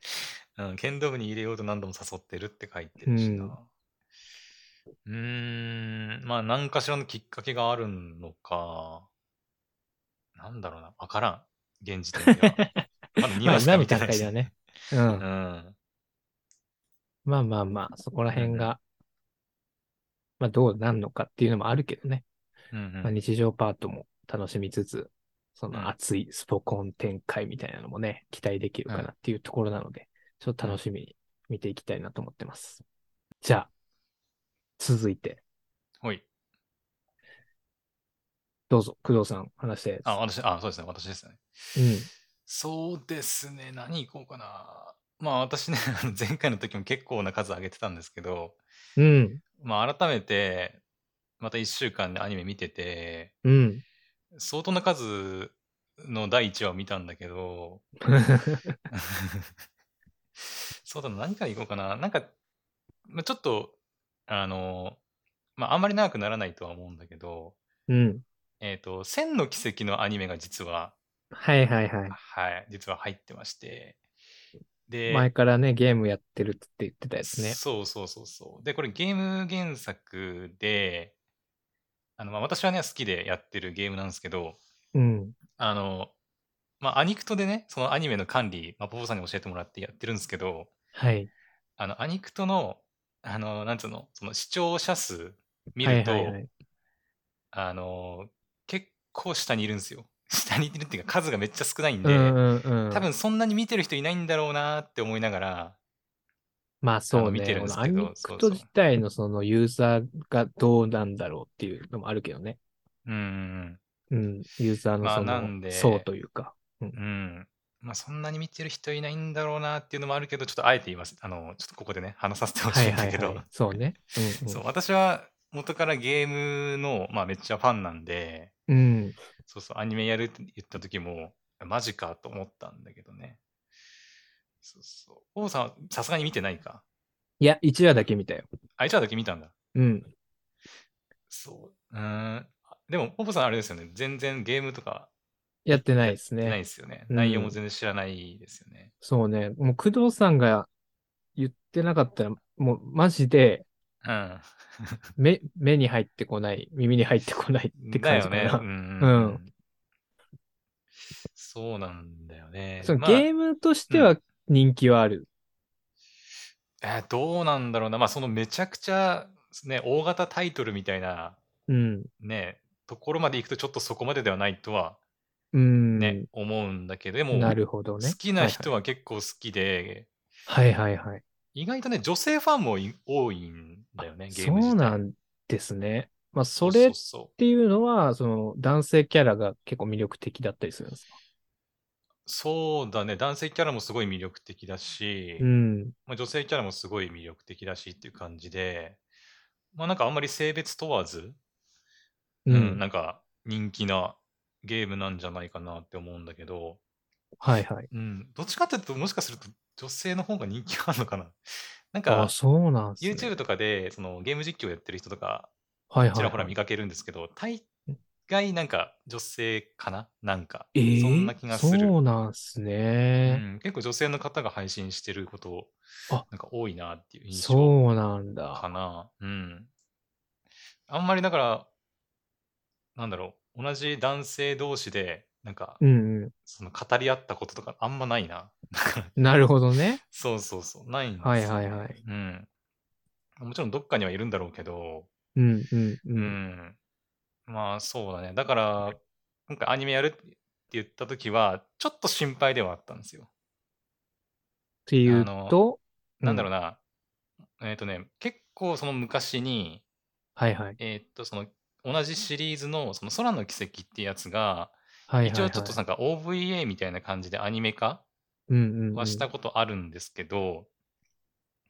Speaker 2: うん、剣道部に入れようと何度も誘ってるって書いてるしな。うーん、まあ何かしらのきっかけがあるのか、なんだろうな、わからん。現時点で は。まだ2
Speaker 1: まあ
Speaker 2: 話しか
Speaker 1: 今
Speaker 2: 見
Speaker 1: の
Speaker 2: て
Speaker 1: 段
Speaker 2: ない
Speaker 1: 階
Speaker 2: し
Speaker 1: ではね。うん
Speaker 2: う。ん。
Speaker 1: まあまあまあ、そこら辺
Speaker 2: うん
Speaker 1: が、まあどうなんのかっていうのもあるけどね。
Speaker 2: うん
Speaker 1: まあ、
Speaker 2: うん、
Speaker 1: 日常パートも楽しみつつ、そ
Speaker 2: うん
Speaker 1: の熱いスポコン展開みたいなのもね、期待できるかなっていうところなので、ちょっと楽しみに見ていきたいなと思ってます。じゃあ、続いて、
Speaker 2: ほい。
Speaker 1: どうぞ、工藤さん、話して。
Speaker 2: あ、私、あ、そうですね、私ですね。
Speaker 1: うん。
Speaker 2: そうですね、何行こうかな。まあ私ね、 あの前回の時も結構な数上げてたんですけど、
Speaker 1: うん。
Speaker 2: まあ改めて、また1週間でアニメ見てて、
Speaker 1: うん。
Speaker 2: 相当な数の第1話を見たんだけど、そうだな、何から行こうかな。なんか、まあ、ちょっと、あの、まああんまり長くならないとは思うんだけど、
Speaker 1: うん。
Speaker 2: えっ、と、千の奇跡のアニメが実は、
Speaker 1: はいはいは
Speaker 2: はい、実は入ってまして、で
Speaker 1: い。、前からね、ゲームやってるって言ってたやつね。
Speaker 2: そうそうそうそう。で、これゲーム原作で、あの、まあ、私はね、好きでやってるゲームなんですけど、
Speaker 1: うん。
Speaker 2: あの、まあ、アニクトでね、そのアニメの管理、まあ、ポポさんに教えてもらってやってるんですけど、
Speaker 1: はい。
Speaker 2: あの、アニクトの、あの、なんつうの、その視聴者数見
Speaker 1: はい
Speaker 2: ると、
Speaker 1: はいはい。
Speaker 2: あの、結構下にいるんですよ。 下にいるっていうか、数がめっちゃ少ないん
Speaker 1: う
Speaker 2: で、
Speaker 1: んうんうん。
Speaker 2: 多分そんなに見てる人いないんだろうなって思いながら、
Speaker 1: まあそうね。
Speaker 2: 見てるんです
Speaker 1: この
Speaker 2: けど
Speaker 1: アニ
Speaker 2: そ
Speaker 1: ク
Speaker 2: う
Speaker 1: ト
Speaker 2: そう
Speaker 1: 自体のそのユーザーがどうなんだろうっていうのもあるけどね。
Speaker 2: うん、
Speaker 1: うん。ユーザーの
Speaker 2: まあ
Speaker 1: そ
Speaker 2: な
Speaker 1: の
Speaker 2: んで
Speaker 1: 層というか。
Speaker 2: うん。まあ、そんなに見てる人いないんだろうなっていうのもあるけど、ちょっとあえて言います。あの、ちょっとここでね、話させてほ
Speaker 1: は
Speaker 2: し
Speaker 1: い
Speaker 2: いん
Speaker 1: は
Speaker 2: だ
Speaker 1: い
Speaker 2: けど、
Speaker 1: はい。そう ね。うん、うん。
Speaker 2: そう、私は元からゲームの、まあ、めっちゃファンなんで、
Speaker 1: うん。
Speaker 2: そうそう、アニメやるって言った時も、マジかと思ったんだけどね。そうそう。王さんはさすがに見てないか。
Speaker 1: いや、1話だけ見たよ。
Speaker 2: あいつらだけ見たんだ。
Speaker 1: うん。
Speaker 2: そう。うーん。でも、ポポさんあれですよね。全然ゲームとか
Speaker 1: やってないです
Speaker 2: ない
Speaker 1: ね
Speaker 2: で。すよね。
Speaker 1: うん
Speaker 2: 内容も全然知らないですよね。
Speaker 1: そうね。もう工藤さんが言ってなかったら、もうマジで
Speaker 2: うん。
Speaker 1: 目、目に入ってこない、耳に入ってこないって
Speaker 2: だ
Speaker 1: 感じ
Speaker 2: よ
Speaker 1: かな。
Speaker 2: ね。うんうん
Speaker 1: う
Speaker 2: そうなんだよね。
Speaker 1: その
Speaker 2: まあ
Speaker 1: ゲームとして
Speaker 2: う
Speaker 1: は人気はある。
Speaker 2: えーどうなんだろうな。まあ、そのめちゃくちゃ、ね、大型タイトルみたいな、
Speaker 1: うん。
Speaker 2: ね、ところまで行くとちょっとそこまでではないとは
Speaker 1: うん。
Speaker 2: ね、思うんだけど、でも、
Speaker 1: なるほどね。
Speaker 2: 好きな人は結構好きで、
Speaker 1: はいはいはい。
Speaker 2: 意外とね、女性ファンもい多いんだよね、ゲーム自体
Speaker 1: そうなんですね。まあ、そ
Speaker 2: そ
Speaker 1: れっ
Speaker 2: うそう
Speaker 1: ていうのは、その男性キャラが結構魅力的だったりするんですか
Speaker 2: そうだね、男性キャラもすごい魅力的だし、
Speaker 1: うん。
Speaker 2: まあ、女性キャラもすごい魅力的だしっていう感じで、まあなんかあんまり性別問わず、
Speaker 1: う
Speaker 2: うん、
Speaker 1: ん。
Speaker 2: なんか人気なゲームなんじゃないかなって思うんだけど、
Speaker 1: はいはい。
Speaker 2: うん、どっちかっていうと、もしかすると女性の方が人気があるのかな。 なん
Speaker 1: あ
Speaker 2: か、
Speaker 1: そうなんですね。
Speaker 2: YouTube とかでそのゲーム実況やってる人とか、
Speaker 1: はいはいはい、
Speaker 2: ちらほら見かけるんですけど、大外なんか女性かななんか、
Speaker 1: えー
Speaker 2: そんな気がする
Speaker 1: そうなんす
Speaker 2: う
Speaker 1: ね。
Speaker 2: ん。結構女性の方が配信してること、
Speaker 1: あ
Speaker 2: なんか多いなっていう印象
Speaker 1: そうなん
Speaker 2: か
Speaker 1: だ。
Speaker 2: な。うん。あんまりだから、なんだろう、同じ男性同士で、なんか、
Speaker 1: うん、う
Speaker 2: その語り合ったこととかあんまないな。
Speaker 1: ん。なるほどね。
Speaker 2: そうそうそう、ないんですよ
Speaker 1: はいはいはい。
Speaker 2: うん。もちろんどっかにはいるんだろうけど、
Speaker 1: うん、うん、う。
Speaker 2: うんん。まあそうだね。だから、今回アニメやるって言った時は、ちょっと心配ではあったんですよ。
Speaker 1: っていう
Speaker 2: あの
Speaker 1: と、
Speaker 2: なんだろ
Speaker 1: う
Speaker 2: うな。えっ、とね、結構その昔に、
Speaker 1: はいはい。
Speaker 2: えっ、と、その、同じシリーズの、その空の奇跡っていうやつが、
Speaker 1: はいはい、はい。
Speaker 2: 一応ちょっとなんか OVA みたいな感じでアニメ化
Speaker 1: うんうんうん、
Speaker 2: はしたことあるんですけど、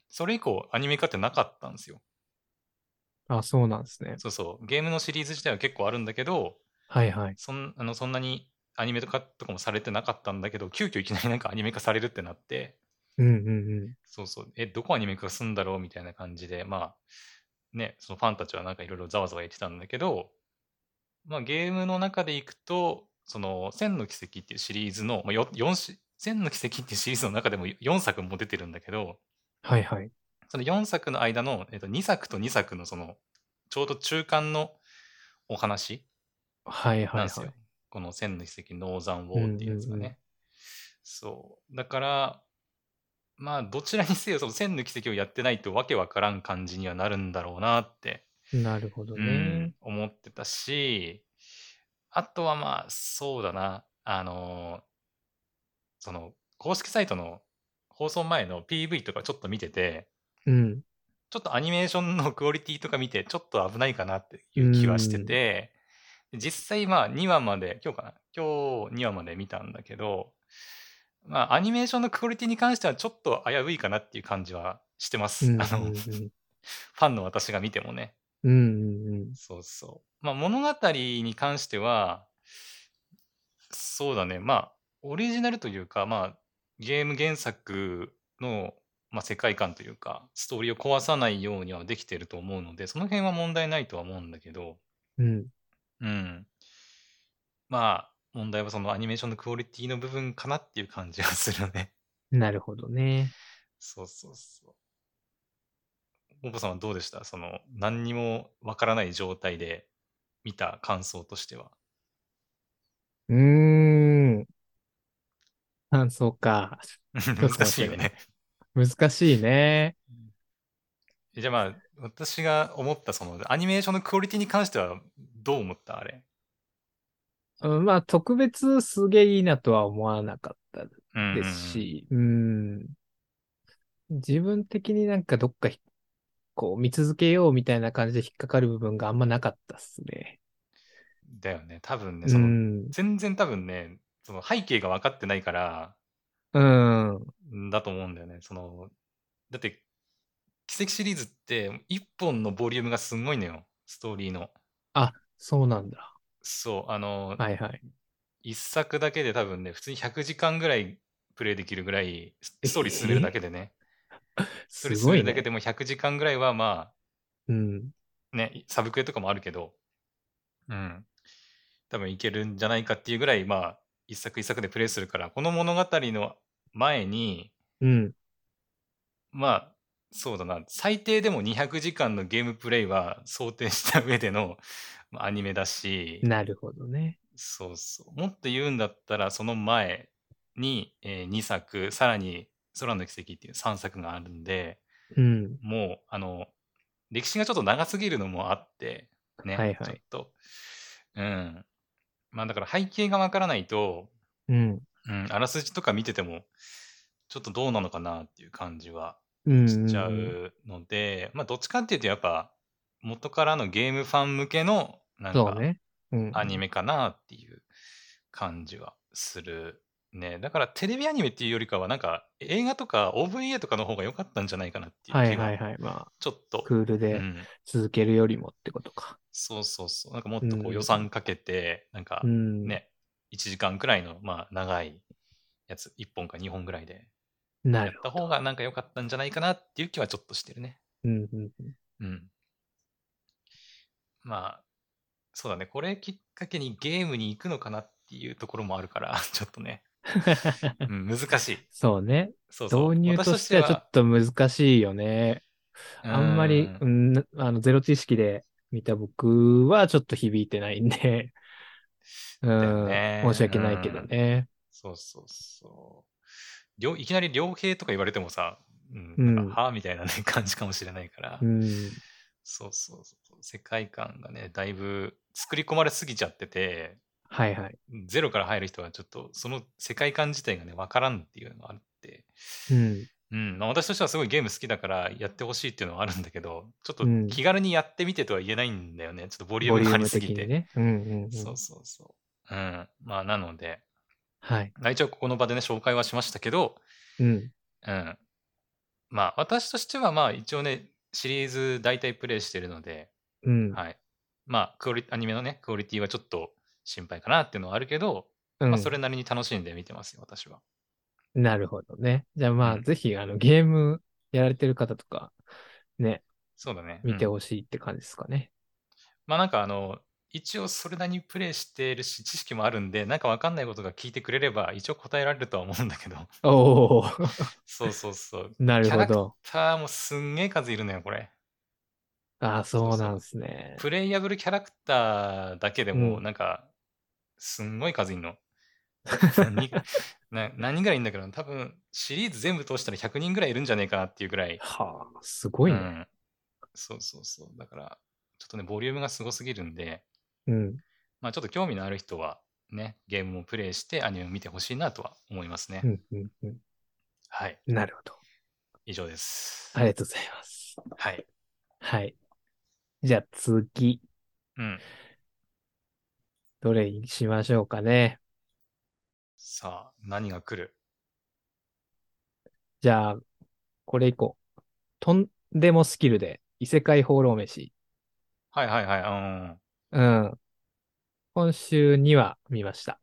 Speaker 2: それ以降アニメ化ってなかったんですよ。
Speaker 1: あ、そうなんですね。
Speaker 2: そうそう。ゲームのシリーズ自体は結構あるんだけど、
Speaker 1: はいはい。
Speaker 2: そんあのそんなにアニメとかとかもされてなかったんだけど、急遽いきなりなんかアニメ化されるってなって、
Speaker 1: うんうん
Speaker 2: そうそう、え、どこアニメ化すんだろうみたいな感じで、まあ、ね、そのファンたちはなんかいろいろざわざわ言ってたんだけど、まあゲームの中でいくと、その、千の奇跡っていうシリーズの、まあ、よ四し千の奇跡っていうシリーズの中でも4作も出てるんだけど、
Speaker 1: うん。はいはい。
Speaker 2: その4作の間の、えっと、2作と2作のその、ちょうど中間のお話
Speaker 1: はいはい
Speaker 2: なん
Speaker 1: は
Speaker 2: ですよ。
Speaker 1: い。
Speaker 2: この千の奇跡ノーザンウォーっていうやつ
Speaker 1: う
Speaker 2: がね。
Speaker 1: んうんうん
Speaker 2: そう。だから、まあ、どちらにせよ、その千の奇跡をやってないとわけわからん感じにはなるんだろうなって、
Speaker 1: なるほどね。
Speaker 2: うん思ってたし、あとはまあ、そうだな、あのーその、公式サイトの放送前の PV とかちょっと見てて、
Speaker 1: うん。
Speaker 2: ちょっとアニメーションのクオリティとか見て、ちょっと危ないかなっていう気はしてて、で実際まあ2話まで、今日かな今日2話まで見たんだけど、まあアニメーションのクオリティに関してはちょっと危ういかなっていう感じはしてます。
Speaker 1: うん
Speaker 2: あの、ファンの私が見てもね。
Speaker 1: うんうんうん
Speaker 2: そうそう。まあ物語に関しては、そうだね、まあオリジナルというか、まあゲーム原作の、まあ、世界観というか、ストーリーを壊さないようにはできてると思うので、その辺は問題ないとは思うんだけど、
Speaker 1: うんうん。
Speaker 2: うん。まあ問題はそのアニメーションのクオリティの部分かなっていう感じがするね。
Speaker 1: なるほどね。
Speaker 2: そうそうそう。おぼさんはどうでしたその何にもわからない状態で見た感想としては。
Speaker 1: うーん。あ、そうか。
Speaker 2: 難しい
Speaker 1: ちょっと待っ
Speaker 2: ね。
Speaker 1: 難しいね。
Speaker 2: じゃあまあ、私が思ったそのアニメーションのクオリティに関してはどう思ったあれ。
Speaker 1: うんまあ、特別すげえいいなとは思わなかった
Speaker 2: うんうん
Speaker 1: です。し、うん自分的になんかどっかひこう見続けようみたいな感じで引っかかる部分があんまなかったっすね。
Speaker 2: だよね。多分ね、
Speaker 1: う
Speaker 2: その、
Speaker 1: ん。
Speaker 2: 全然多分ね、その背景が分かってないから、
Speaker 1: うん。
Speaker 2: だと思うんだよね。その、だって、奇跡シリーズって一本のボリュームがすごいのよ。ストーリーの。
Speaker 1: そうなんだ。
Speaker 2: そう、あの、
Speaker 1: はいはい。
Speaker 2: 一作だけで多分ね、普通に100時間ぐらいプレイできるぐらい、ストーリー進めるだけでね。ス
Speaker 1: す
Speaker 2: トーリー進
Speaker 1: ご
Speaker 2: め
Speaker 1: い
Speaker 2: るだけ
Speaker 1: ね。
Speaker 2: でも100時間ぐらいはまあ、
Speaker 1: うん。
Speaker 2: ね、サブクエとかもあるけど、うん。多分いけるんじゃないかっていうぐらい、まあ、一作一作でプレイするから、この物語の前に、
Speaker 1: うん。
Speaker 2: まあ、そうだな、最低でも200時間のゲームプレイは想定した上でのまあアニメだし、
Speaker 1: なるほどね。
Speaker 2: そうそう。もっと言うんだったら、その前に、え2作、さらに空の奇跡っていう3作があるんで、
Speaker 1: うん。
Speaker 2: もう、あの、歴史がちょっと長すぎるのもあって、ね、
Speaker 1: はいはい
Speaker 2: ちょっと、うん。まあだから背景がわからないと、
Speaker 1: うん。
Speaker 2: うん、あらすじとか見てても、ちょっとどうなのかなっていう感じは
Speaker 1: うん。
Speaker 2: しちゃうので、まあどっちかっていうとやっぱ、元からのゲームファン向けの、なん
Speaker 1: そ
Speaker 2: か
Speaker 1: う、ね。うん。
Speaker 2: アニメかなっていう感じはするね。だからテレビアニメっていうよりかはなんか映画とか OVA とかの方が良かったんじゃないかなってい
Speaker 1: は
Speaker 2: う気
Speaker 1: いはい
Speaker 2: が
Speaker 1: はい。ま
Speaker 2: ちょっと。
Speaker 1: あ、クール
Speaker 2: う
Speaker 1: で
Speaker 2: ん、
Speaker 1: 続けるよりもってことか。
Speaker 2: そうそうそう。なんかもっとこ
Speaker 1: う
Speaker 2: うん予算かけて、なんか
Speaker 1: うん。
Speaker 2: ね、1時間くらいのまあ長いやつ、1本か2本ぐらいで
Speaker 1: な
Speaker 2: やっ
Speaker 1: る
Speaker 2: た方がなんか良かったんじゃないかなっていう気はちょっとしてるね。
Speaker 1: うんうんうん。
Speaker 2: うん。まあ、そうだね、これきっかけにゲームに行くのかなっていうところもあるから、 ちょっとね、 うん、難しい。
Speaker 1: そうね。
Speaker 2: そうそう
Speaker 1: 導入としてはちょっと難しいよね。
Speaker 2: 私としては
Speaker 1: あんまり、
Speaker 2: う
Speaker 1: うん、あの、ゼロ知識で見た僕はちょっと響いてないんで、う
Speaker 2: よ
Speaker 1: ん、
Speaker 2: ね
Speaker 1: 申し訳ないけどね。
Speaker 2: そうそうそう。両いきなり両兵とか言われてもさ、う
Speaker 1: うん
Speaker 2: ん、なんかはあみたいな、ね、感じかもしれないから、
Speaker 1: うん、
Speaker 2: そうそうそう。世界観がね、だいぶ作り込まれすぎちゃってて、
Speaker 1: はいはい。
Speaker 2: ゼロから入る人はちょっとその世界観自体がね、わからんっていうのがあって、
Speaker 1: うん、
Speaker 2: うん、まあ私としてはすごいゲーム好きだからやってほしいっていうのはあるんだけど、ちょっと
Speaker 1: うん
Speaker 2: 気軽にやってみてとは言えないんだよね。ちょっとボリュ
Speaker 1: ボ
Speaker 2: ー
Speaker 1: リ
Speaker 2: ム
Speaker 1: ュ
Speaker 2: が
Speaker 1: ー
Speaker 2: あり
Speaker 1: ム
Speaker 2: す
Speaker 1: 的
Speaker 2: ぎて。
Speaker 1: にね。うんうん、うん。
Speaker 2: そうそうそう。うん。まあなので、
Speaker 1: はい。
Speaker 2: まあ一応ここの場でね、紹介はしましたけど、
Speaker 1: うん、
Speaker 2: うん。まあ私としてはまあ一応ね、シリーズ大体プレイしてるので、
Speaker 1: うん、
Speaker 2: はい。まあクオリアニメのね、クオリティはちょっと心配かなっていうのはあるけど、
Speaker 1: うん
Speaker 2: まあそれなりに楽しんで見てますよ、私は。
Speaker 1: なるほどね。じゃあまあ、
Speaker 2: うん
Speaker 1: ぜひ、あの、ゲームやられてる方とか、ね、
Speaker 2: そうだね。
Speaker 1: 見て
Speaker 2: うん
Speaker 1: ほしいって感じですかね。
Speaker 2: まあなんかあの、一応それなりにプレイしてるし、知識もあるんで、なんかわかんないことが聞いてくれれば、一応答えられるとは思うんだけど、
Speaker 1: おお
Speaker 2: そうそうそう。
Speaker 1: なる
Speaker 2: キャ
Speaker 1: ほ
Speaker 2: ラク
Speaker 1: ど。
Speaker 2: ターもすんげえ数いるのよ、これ。
Speaker 1: ああ、
Speaker 2: そう
Speaker 1: そ
Speaker 2: そうう
Speaker 1: なんですね。
Speaker 2: プレイヤブルキャラクターだけで
Speaker 1: う
Speaker 2: も、
Speaker 1: ん
Speaker 2: なんか、すんごい数い んの。何な何人ぐらいいんだけど、多分シリーズ全部通したら100人ぐらいいるんじゃねえかなっていうぐらい。
Speaker 1: はあ、すごいうね。
Speaker 2: んそうそうそう。だから、ちょっとね、ボリュームがすごすぎるんで、
Speaker 1: うん。
Speaker 2: まあちょっと興味のある人は、ね、ゲームをプレイしてアニメを見てほしいなとは思いますね。
Speaker 1: うん、うん、うん。
Speaker 2: はい、
Speaker 1: なるほど。
Speaker 2: 以上です。
Speaker 1: ありがとうございます。
Speaker 2: はい。
Speaker 1: はい。じゃあ次、
Speaker 2: うん。
Speaker 1: どれにしましょうかね。
Speaker 2: さあ、何が来る
Speaker 1: じゃあ、これいこう。とんでもスキルで、異世界放浪飯。
Speaker 2: はいはいはい。うん。
Speaker 1: うん。今週には見ました。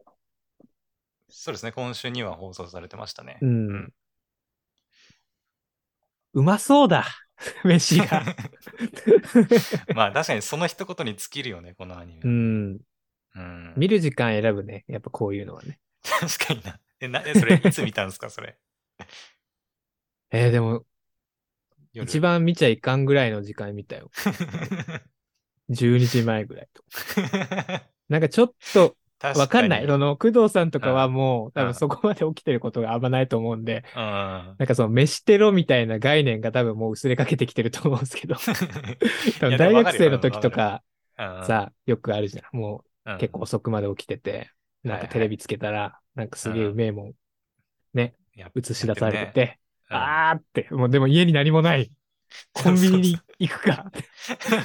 Speaker 2: そうですね、今週には放送されてましたね。
Speaker 1: うん。うまそうだ。 飯が。
Speaker 2: まあ確かにその一言に尽きるよね、このアニメ。
Speaker 1: うん。
Speaker 2: うん
Speaker 1: 見る時間選ぶね。やっぱこういうのはね。
Speaker 2: 確かにな。え、なえそ れ、いつ見たんですか、それ。
Speaker 1: えーでも、
Speaker 2: 夜
Speaker 1: 一。番見ちゃいかんぐらいの時間見たよ。12時前ぐらいと。なんかちょっと
Speaker 2: 確かに。
Speaker 1: わかんない。
Speaker 2: う
Speaker 1: そ
Speaker 2: ん。
Speaker 1: の、工藤さんとかは
Speaker 2: うん
Speaker 1: もう、多
Speaker 2: うん
Speaker 1: 分そこまで起きてることがあんまないと思うんで、
Speaker 2: 多
Speaker 1: なんかその、飯テロみたいな概念が多分もう薄れかけてきてると思うんですけど、多分大学生の時と、か
Speaker 2: さ
Speaker 1: さ、よくあるじゃん。もう、
Speaker 2: あ
Speaker 1: 結構遅くまで起きてて、なんかテレビつけたら、なんかすげえうめえもん映し出されてて、あーって、もうでも家に何も ない、コンビニに行くか、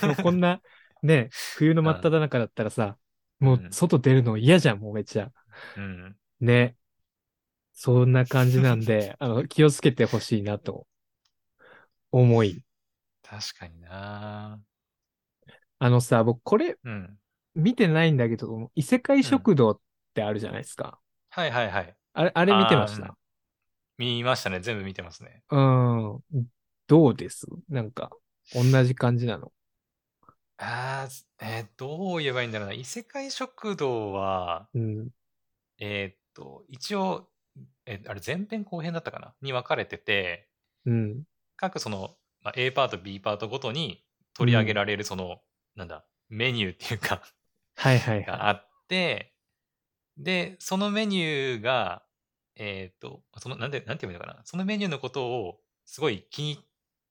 Speaker 1: もうこんな、ね、冬の真っ只中だったらさ、もう外出るの嫌じゃん、もうめっちゃ。
Speaker 2: うん
Speaker 1: ね。そんな感じなんで、 あの、気をつけてほしいなと、思い。
Speaker 2: 確かにな。
Speaker 1: あのさ、僕これ
Speaker 2: うん。
Speaker 1: 見てないんだけど、異世界食堂ってあるじゃないですか。
Speaker 2: はいはいはい。
Speaker 1: あれ、あれ見てまし
Speaker 2: あー
Speaker 1: た
Speaker 2: 見ましたね。全部見てますね。
Speaker 1: うん。どうですなんか、同じ感じなの。
Speaker 2: ああ、えーどう言えばいいんだろうな。異世界食堂は、
Speaker 1: うん。
Speaker 2: えーっと、一応、えあれ、前編後編だったかなに分かれてて、
Speaker 1: うん。
Speaker 2: 各その、まあ、A パート、B パートごとに取り上げられる、その、なんだ、メニューっていうか、
Speaker 1: はいはいはい。
Speaker 2: があって、で、そのメニューが、えっ、と、その、なんで、なんて言うのかな、そのメニューのことをすごい気に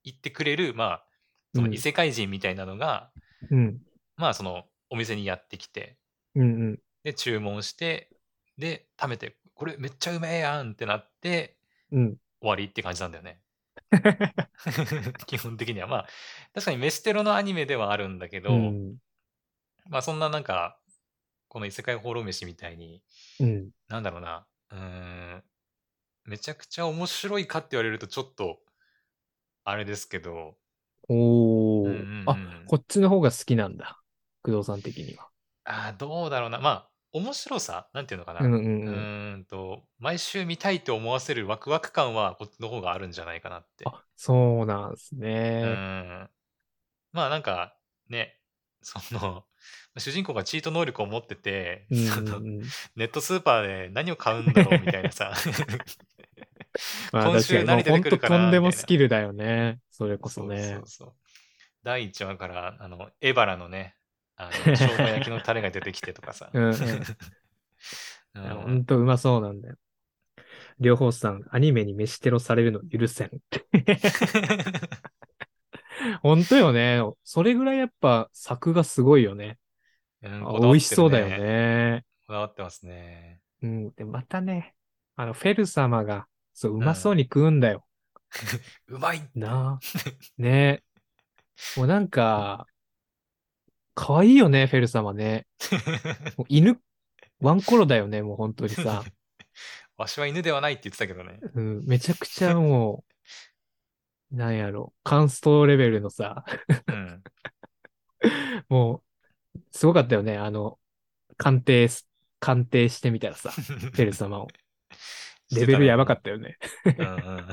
Speaker 2: 入ってくれる、まあ、その異世界人みたいなのが、
Speaker 1: うん。
Speaker 2: まあ、その、お店にやってきて、
Speaker 1: うんうん。
Speaker 2: で、注文して、で、食べて、これめっちゃうめえやんってなって、
Speaker 1: うん。
Speaker 2: 終わりって感じなんだ よね。 基本的には。まあ、確かに飯テロのアニメではあるんだけど、
Speaker 1: うん。
Speaker 2: まあ、そんななんか、この異世界放浪飯みたいに、
Speaker 1: うん。
Speaker 2: なんだろうな、うーん、めちゃくちゃ面白いかって言われるとちょっと、あれですけど、
Speaker 1: お
Speaker 2: う
Speaker 1: ー、
Speaker 2: んうんうん
Speaker 1: あ、こっちの方が好きなんだ。工藤さん的には。
Speaker 2: あーどうだろうな、まあ、面白さ、なんていうのかな、
Speaker 1: うんう
Speaker 2: うん
Speaker 1: うん。
Speaker 2: ーんと、毎週見たいと思わせるワクワク感はこっちの方があるんじゃないかなって。
Speaker 1: あ、そうなんす
Speaker 2: う
Speaker 1: ね。
Speaker 2: ん。まあなんか、ね、その、 主人公がチート能力を持ってて、
Speaker 1: うん
Speaker 2: その
Speaker 1: うんうん
Speaker 2: ネットスーパーで何を買うんだろうみたいなさ。
Speaker 1: まあ確
Speaker 2: 今
Speaker 1: か
Speaker 2: 週
Speaker 1: に、も
Speaker 2: 何
Speaker 1: う
Speaker 2: 出て
Speaker 1: 本
Speaker 2: く
Speaker 1: 当
Speaker 2: るかな
Speaker 1: とんでも
Speaker 2: みたいな
Speaker 1: スキルだよね。そ れこそ
Speaker 2: そ
Speaker 1: ね
Speaker 2: う。そうそう第1話から、あの、エバラのね、あの、生姜焼きのタレが出てきてとか さ。
Speaker 1: うんうん
Speaker 2: う
Speaker 1: いや
Speaker 2: ん
Speaker 1: ほんとうまそうなんだよ。両方さん、アニメに飯テロされるの許せん。ほんとよね。それぐらいやっぱ作がすごいよね。
Speaker 2: うん
Speaker 1: あ
Speaker 2: こだわってる
Speaker 1: 美味しそうだよ。ね。
Speaker 2: こだわってますね。
Speaker 1: うん。で、またね、あの、フェル様が、そう、うまそうに食うんだよ。
Speaker 2: うまい
Speaker 1: なあ。ねもうなんか、可愛いよね、フェル様 ね。もう犬、ワンコロだよね、もう本当にさ。
Speaker 2: わしは犬ではないって言ってたけどね。
Speaker 1: うん、めちゃくちゃもう、なんやろ、カンストレベルのさ、
Speaker 2: うん。
Speaker 1: もう、すごかったよね、あの、鑑定す、鑑定してみた らさ、フェル様を。 レベルやばか
Speaker 2: っ
Speaker 1: ったよね。
Speaker 2: たね。うん うん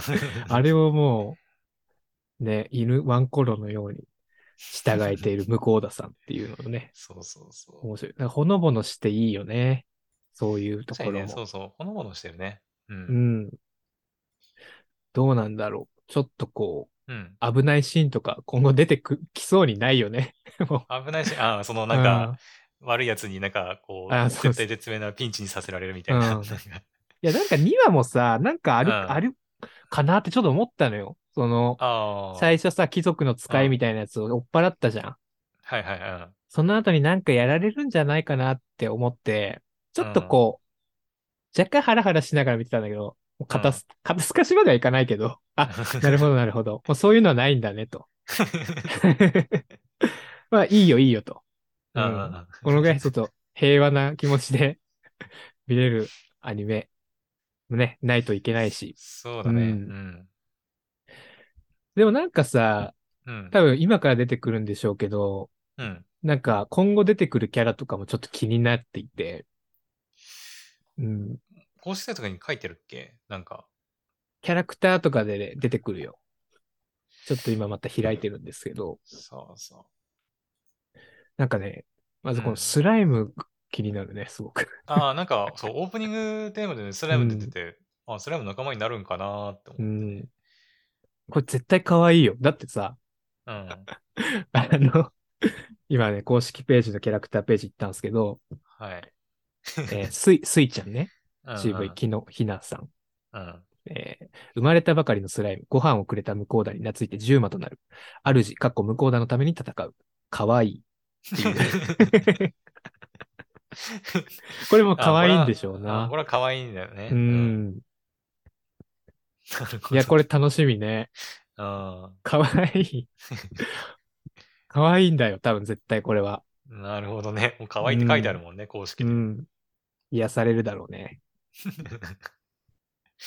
Speaker 1: あれをもう、ね、犬、ワンコロのように従えている向田さんっていうのをね、
Speaker 2: そうそうそう。
Speaker 1: 面白い。なんかほのぼのしていいよね。そういうと
Speaker 2: 確
Speaker 1: こ
Speaker 2: かに
Speaker 1: ろ
Speaker 2: ね、そ
Speaker 1: も。
Speaker 2: うそう。ほのぼのしてるね。う。
Speaker 1: うんん。どうなんだろう。ちょっとこ
Speaker 2: うん。
Speaker 1: う、危ないシーンとか今後出てくきそうにないよね。も
Speaker 2: 危な いし、ああ、その
Speaker 1: う
Speaker 2: なんか、、悪いやつになんか、こ
Speaker 1: あ
Speaker 2: う、
Speaker 1: そうそう
Speaker 2: 絶対絶命なピンチにさせられるみたいな。
Speaker 1: う
Speaker 2: なんんか
Speaker 1: いや、なんか2話もさ、なんかある、
Speaker 2: うん
Speaker 1: あるかなってちょっと思ったのよ。その、
Speaker 2: ああ。
Speaker 1: 最初さ、貴族の使いみたいなやつを追っ払ったじゃん。
Speaker 2: はいはい はい。
Speaker 1: その後になんかやられるんじゃないかなって思って、ちょっとこう、若干ハラハラしながら見てたんだけど、もう肩す、肩すかしまではいかないけど、 あ、なるほどなるほど。もうそういうのはないんだね、と。 まあ、いいよいいよと。う
Speaker 2: うんんうんうん
Speaker 1: このぐらいちょっと平和な気持ちで 見れるアニメもね、ないといけないし。
Speaker 2: そうだね。
Speaker 1: う
Speaker 2: うんん。
Speaker 1: でもなんかさ、
Speaker 2: うん。
Speaker 1: 多分今から出てくるんでしょうけど、
Speaker 2: うん。
Speaker 1: なんか今後出てくるキャラとかもちょっと気になっていて、うん、
Speaker 2: 公式サイトとかに書いてるっけなんか。
Speaker 1: キャラクターとかでね、出てくるよ。ちょっと今また開いてるんですけど、
Speaker 2: そうそ
Speaker 1: なんかね、まずこ
Speaker 2: う
Speaker 1: の
Speaker 2: ん
Speaker 1: スライム気になるね、すごく。
Speaker 2: う。ああ、なんか、そう、オープニングテーマでねスライム出てて、あスライム仲間になるんかなーっ
Speaker 1: う
Speaker 2: て思ってね
Speaker 1: ん。これ絶対可愛いよ。だってさ、
Speaker 2: うん。
Speaker 1: あの、今ね、公式ページのキャラクターページ行ったんですけど、
Speaker 2: はい。
Speaker 1: え ー、すい、すいちゃんね。
Speaker 2: うんうん
Speaker 1: CV、きのひなさん。
Speaker 2: うん。
Speaker 1: えー生まれたばかりのスライム、ご飯をくれた向田に懐いて10魔となる。主、かっこ向田のために戦う。かわいい。 これもかわいいんでしょう
Speaker 2: あ
Speaker 1: な
Speaker 2: こ。れは可愛いんだよね。
Speaker 1: う。ん。
Speaker 2: なるほど
Speaker 1: いや、これ楽しみね。
Speaker 2: うん。
Speaker 1: かわい い。かわいいんだよ、多分絶対これは。
Speaker 2: なるほどね。もう可愛いって書いてあるもんね、公式
Speaker 1: う
Speaker 2: で。
Speaker 1: ん。癒されるだろうね。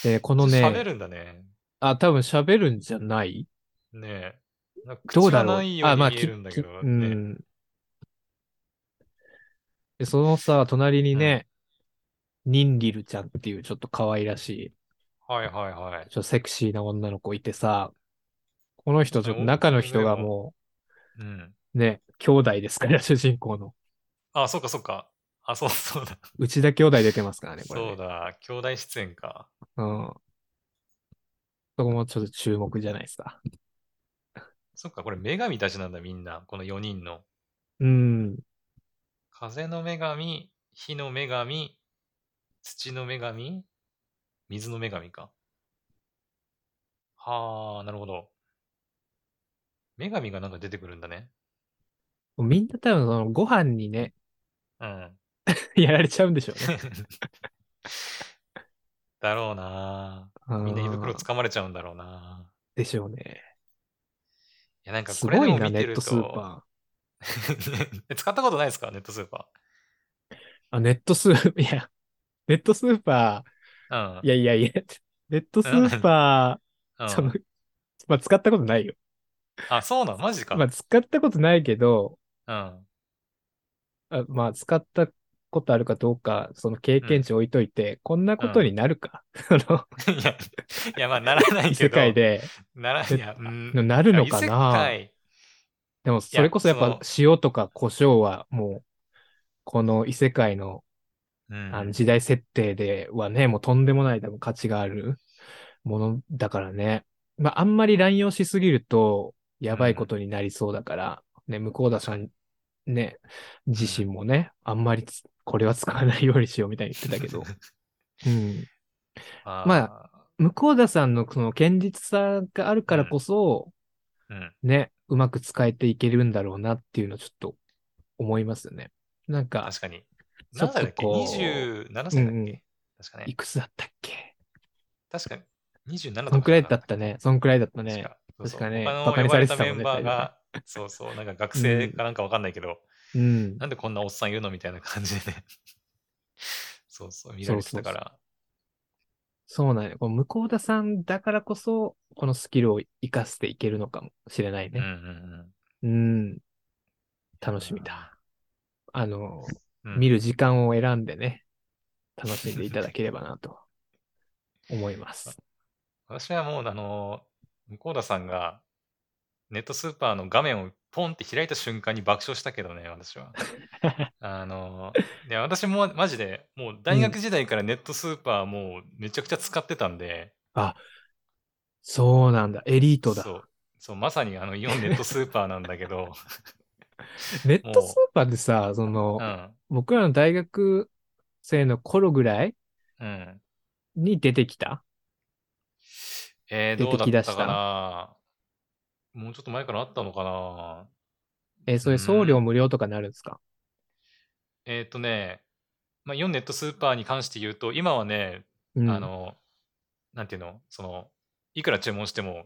Speaker 1: で、この
Speaker 2: 喋
Speaker 1: ね、
Speaker 2: るんだね。
Speaker 1: あ、多分喋るんじゃない
Speaker 2: ねえ。なんか
Speaker 1: どう
Speaker 2: 口
Speaker 1: だ
Speaker 2: が
Speaker 1: ろう。
Speaker 2: ないように見え
Speaker 1: き
Speaker 2: るんだけ
Speaker 1: き
Speaker 2: ど
Speaker 1: う
Speaker 2: ね。
Speaker 1: ん。で、そのさ、隣にね、ニンリルちゃんっていうちょっと可愛らしい、
Speaker 2: はいはいはい。
Speaker 1: ちょっとセクシーな女の子いてさ、この人、ちょっと中の人がも
Speaker 2: うん。
Speaker 1: う、ね、兄弟です から、主人公の。
Speaker 2: あ、そうかそうか。あ、そうそうだ。
Speaker 1: 内田兄弟出てますからね、これね、
Speaker 2: そうだ。兄弟出演か。
Speaker 1: うん。そこもちょっと注目じゃないですか。
Speaker 2: そっか、これ女神たちなんだ、みんな。この4人の。
Speaker 1: うん。
Speaker 2: 風の女神、火の女神、土の女神、水の女神か。はあ、なるほど。女神がなんか出てくるんだね。
Speaker 1: みんな多分、その、ご飯にね、
Speaker 2: うん。
Speaker 1: やられちゃうんでしょうね。
Speaker 2: だろうな
Speaker 1: う
Speaker 2: みんな胃袋掴まれちゃうんだろうな
Speaker 1: でしょうね。
Speaker 2: いや、なんか
Speaker 1: す
Speaker 2: これ
Speaker 1: ご
Speaker 2: で
Speaker 1: い
Speaker 2: も
Speaker 1: な、
Speaker 2: 見
Speaker 1: ネ
Speaker 2: て
Speaker 1: ッ
Speaker 2: る
Speaker 1: ト
Speaker 2: と。
Speaker 1: スーパ
Speaker 2: え使ったことないですかネットスーパ
Speaker 1: ー。あ、ネットスーパー、 いや、ネットスーパ
Speaker 2: ー。うん
Speaker 1: ー、い。やいやいや、ネットスーパ
Speaker 2: うん
Speaker 1: ー、その、まあ、使ったことないよ。
Speaker 2: あ、そうなんマジか。
Speaker 1: まあ、使ったことないけど、
Speaker 2: うん。
Speaker 1: あまあ、使ったことあるかどうか、その経験値置いといて、こんなことになるか。 その、
Speaker 2: いや、いやまあ、ならない
Speaker 1: 異
Speaker 2: け
Speaker 1: 世
Speaker 2: ど。
Speaker 1: 界で、
Speaker 2: なら、いや、うん。
Speaker 1: なるのか
Speaker 2: 異世
Speaker 1: な
Speaker 2: 界。
Speaker 1: でも、それこそやっ
Speaker 2: そ
Speaker 1: ぱ
Speaker 2: の
Speaker 1: 塩とか胡椒はもう、この異世界の
Speaker 2: うん。
Speaker 1: あの時代設定ではね、もうとんでもない多分価値があるものだからね。まあ、あんまり乱用しすぎると、やばいことになりそうだから、ね、向田さん、ね、自身もね、あんまりつこれは使わないようにしようみたいに言ってた けど。うん。
Speaker 2: あ
Speaker 1: ま向田さんのその堅実さがあるからこそ、
Speaker 2: あ、うん。
Speaker 1: ね、うまく使えていけるんだろうなっていうのをちょっと思いますよね。なんか、
Speaker 2: 確かに。
Speaker 1: ちょっ
Speaker 2: 何
Speaker 1: と
Speaker 2: 歳だっけ
Speaker 1: こう
Speaker 2: ?27 歳だっけ、
Speaker 1: うんうん
Speaker 2: 確かね
Speaker 1: い。くつだったっけ
Speaker 2: 確かに。27とか。
Speaker 1: そんくらいだったね。そんくらいだったね。
Speaker 2: 確か。そうそ
Speaker 1: 確
Speaker 2: う
Speaker 1: かね
Speaker 2: 他の
Speaker 1: バカにされて
Speaker 2: 呼ば
Speaker 1: た
Speaker 2: れ
Speaker 1: も
Speaker 2: た
Speaker 1: んね
Speaker 2: メンバーが、そうそう、なんか学生かなんかわかんないけど、
Speaker 1: うん。
Speaker 2: なんでこんなおっさんいるのみたいな感じでね。 そうそう、見られてたから。
Speaker 1: そうなんよ。この向田さんだからこそ、このスキルを生かしていけるのかもしれない
Speaker 2: うんう
Speaker 1: ね。
Speaker 2: ん
Speaker 1: うん。楽しみだ。あの、
Speaker 2: うんうん。
Speaker 1: 見る時間を選んでね、楽しんでいただければなと思います。
Speaker 2: 私はもう、あの、向田さんが、ネットスーパーの画面をポンって開いた瞬間に爆笑したけどね、私は。あの、いや、私もマジで、もう大学時代からネットスーパーもうめちゃくちゃ使ってたんで、
Speaker 1: そうなんだ。エリートだ
Speaker 2: そ。う、そうまさにあのイオンネットスーパーなんだけど、
Speaker 1: ネットスーパーでさ、その
Speaker 2: う、ん、
Speaker 1: 僕らの大学生の頃ぐらい
Speaker 2: うん。
Speaker 1: に出てきた
Speaker 2: えー、
Speaker 1: 出
Speaker 2: ど
Speaker 1: て
Speaker 2: う
Speaker 1: きだ
Speaker 2: だっ
Speaker 1: したた
Speaker 2: かなもうちょっと前からあったのかな
Speaker 1: えーそういう送料無料とかなるんですか
Speaker 2: えっ、とね、まあ、イオンネットスーパーに関して言うと、今はね、
Speaker 1: うん。
Speaker 2: あの、なんていうの、その、いくら注文しても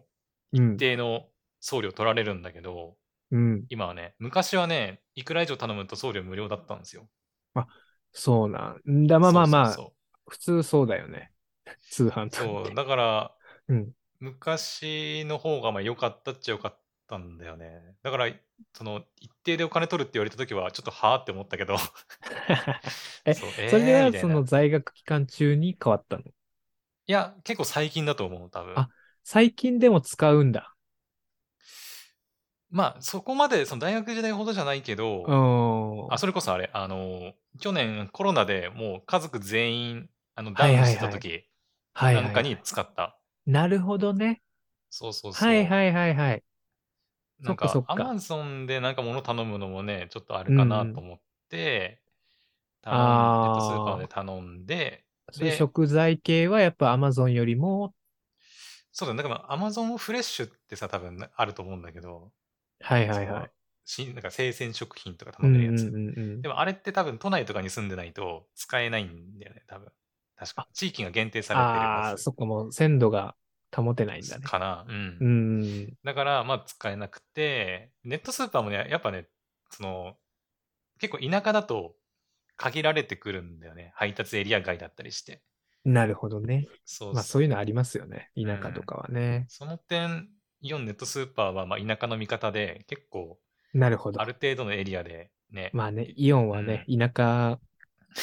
Speaker 1: うん
Speaker 2: 一、定の送料取られるんだけど、
Speaker 1: うん。
Speaker 2: 今はね、昔はね、いくら以上頼むと送料無料だったんですよ。
Speaker 1: そうなんだ。まあまあまあ、
Speaker 2: そう
Speaker 1: 普通そうだよね。 通販
Speaker 2: そうそ
Speaker 1: と
Speaker 2: う。そ
Speaker 1: か
Speaker 2: う、
Speaker 1: ね。
Speaker 2: だから、
Speaker 1: うん。
Speaker 2: 昔の方がまあ良かったっちゃ良かったんだよね。だから、その、一定でお金取るって言われた時は、ちょっとはあって思ったけど、
Speaker 1: え
Speaker 2: そう
Speaker 1: それ
Speaker 2: えーみ
Speaker 1: は
Speaker 2: たい
Speaker 1: そ
Speaker 2: な
Speaker 1: の在学期間中に変わったの。
Speaker 2: いや、結構最近だと思う、多分。
Speaker 1: あ最近でも使うんだ。
Speaker 2: まあ、そこまで、その大学時代ほどじゃないけど、
Speaker 1: うん。
Speaker 2: あ、それこそあれ、あの、去年コロナでもう家族全員、あの、ダ
Speaker 1: はい
Speaker 2: ウン
Speaker 1: はいはい
Speaker 2: してた時
Speaker 1: はい
Speaker 2: なん
Speaker 1: は
Speaker 2: か
Speaker 1: い。
Speaker 2: に使った。
Speaker 1: なるほどね。
Speaker 2: そうそうそう。
Speaker 1: はいはいはいはい。
Speaker 2: な
Speaker 1: そっ
Speaker 2: んか、
Speaker 1: か
Speaker 2: ア
Speaker 1: そっか
Speaker 2: マゾンでなんか物頼むのもね、ちょっとあるかなと思って、
Speaker 1: ん
Speaker 2: 頼んネットス
Speaker 1: あー
Speaker 2: ーパーで頼んで、
Speaker 1: そういう
Speaker 2: で
Speaker 1: 食材系はやっぱ Amazon よりも、
Speaker 2: そうだね、なんかアマゾンフレッシュってさ、多分ねあると思うんだけど、
Speaker 1: はいはいはい。
Speaker 2: その新なんか生鮮食品とか
Speaker 1: う
Speaker 2: 頼
Speaker 1: ん
Speaker 2: んで
Speaker 1: う
Speaker 2: るや
Speaker 1: ん
Speaker 2: つ。
Speaker 1: うん
Speaker 2: でもあれって多分都内とかに住んでないと使えないんだよね、多分。確か。地域が限定
Speaker 1: う
Speaker 2: さ
Speaker 1: ん。
Speaker 2: れてる
Speaker 1: あ
Speaker 2: や
Speaker 1: あ、
Speaker 2: つ
Speaker 1: そこも鮮度が保てないんだね。
Speaker 2: かな。うん。
Speaker 1: うん。
Speaker 2: だから、まあ使えなくて、ネットスーパーもね、やっぱね、その、結構田舎だと限られてくるんだよね。配達エリア外だったりして。
Speaker 1: なるほどね。
Speaker 2: そう
Speaker 1: まあそういうのありますよね。田舎とかはね。
Speaker 2: その点、イオンネットスーパーはまあ田舎の味方で、結構
Speaker 1: なるほど
Speaker 2: あ。る程度のエリアでね。
Speaker 1: まあね、イオンはね、田舎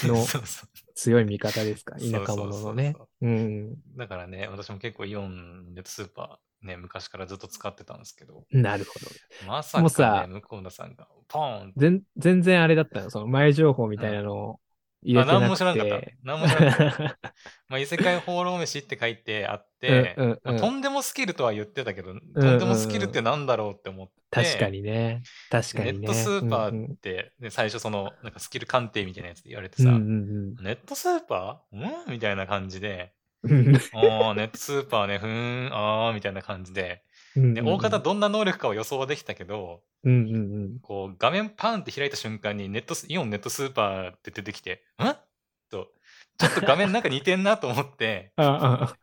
Speaker 1: の
Speaker 2: そうそう
Speaker 1: 強い味方ですから、
Speaker 2: そうそうそう
Speaker 1: 田舎者のね。うん。
Speaker 2: だからね、私も結構イオンネットスーパー、ね、昔からずっと使ってたんですけど、
Speaker 1: なるほど。
Speaker 2: まさ
Speaker 1: もう
Speaker 2: か、
Speaker 1: さ
Speaker 2: ね、向田さんがポーン
Speaker 1: 全全然あれだったの、その前情報みたいなのを入れ
Speaker 2: あ、
Speaker 1: てなくて。
Speaker 2: 何も知らんかった。何も知らんかった。まあ、異世界放浪飯って書いてあって、
Speaker 1: うんうんうん
Speaker 2: まあとんでもスキルとは言ってたけど、
Speaker 1: うん
Speaker 2: とんでもスキルってなんだろうって思って、
Speaker 1: 確かにね。確か
Speaker 2: ネ
Speaker 1: にね。
Speaker 2: ットスーパ
Speaker 1: うんう
Speaker 2: ーっ
Speaker 1: ん
Speaker 2: て、ね最初そのなんかスキル鑑定みたいなやつで言われてさ、
Speaker 1: うんうん
Speaker 2: ネットスーパーうんみたいな感じで、
Speaker 1: うん
Speaker 2: ああ、ネットスーパーね、ふーん、ああ、みたいな感じで、
Speaker 1: うん
Speaker 2: で大方どんな能力かを予想はできたけど、
Speaker 1: うんうんうん。
Speaker 2: こう画面パンって開いた瞬間にネットス、イオンネットスーパーって出てきて、んと、ちょっと画面なんか似てんなと思って、
Speaker 1: ああ あ、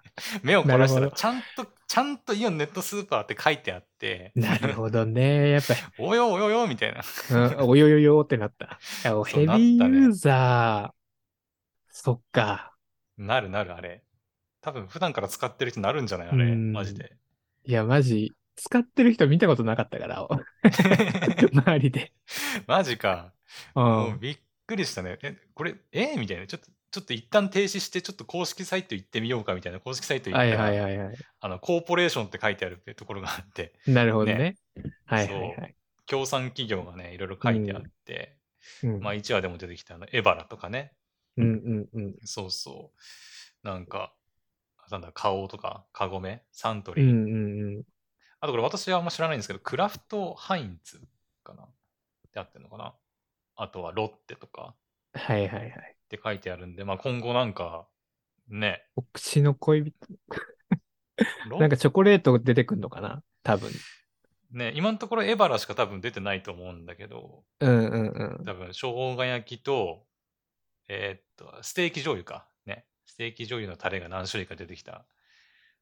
Speaker 2: 目を凝らした
Speaker 1: なる
Speaker 2: ら、
Speaker 1: ほど
Speaker 2: ちゃんと、ちゃんとイオンネットスーパーって書いてあって、
Speaker 1: なるほどね。やっぱ
Speaker 2: およおよよみたいな。
Speaker 1: り、うんおよよよってなった。いやヘビーユーザー、そっか。
Speaker 2: なるなるあれ。多分普段から使ってる人なるんじゃないあれ。
Speaker 1: うん
Speaker 2: マジで。
Speaker 1: いや、マジ、使ってる人見たことなかったから、 周りで。
Speaker 2: マジか。
Speaker 1: う。
Speaker 2: もうんびっくりしたね。え、これ、えみたいな。ちょっと、ちょっと一旦停止して、ちょっと公式サイト行ってみようかみたいな。公式サイト行っ
Speaker 1: は
Speaker 2: た
Speaker 1: い
Speaker 2: ら、
Speaker 1: はいはいはい。
Speaker 2: あの、コーポレーションって書いてあるってところがあって、
Speaker 1: なるほど
Speaker 2: ね
Speaker 1: ね。はいはいはい。
Speaker 2: 協賛企業がね、いろいろ書いてあって、
Speaker 1: うん。
Speaker 2: まあ1話でも出てきたあの、エバラとかね、
Speaker 1: うんうんうん。
Speaker 2: そうそう、なんか、なんだ、花王とか、カゴメ、サント
Speaker 1: う
Speaker 2: リー、
Speaker 1: んうんうん。
Speaker 2: あとこれ私はあんま知らないんですけど、クラフトハインツかなってあってんのかなあとはロッテとか
Speaker 1: はいはいはい。
Speaker 2: って書いてあるんで、まあ今後なんか、ね、
Speaker 1: お口の恋人。
Speaker 2: ロ
Speaker 1: なんかチョコレート出てくんのかな多分。
Speaker 2: ね、今のところエバラしか多分出てないと思うんだけど、
Speaker 1: うんうんうん。
Speaker 2: 多分生姜焼きと、えーっと、ステーキ醤油か。ね。ステーキ醤油のタレが何種類か出てきた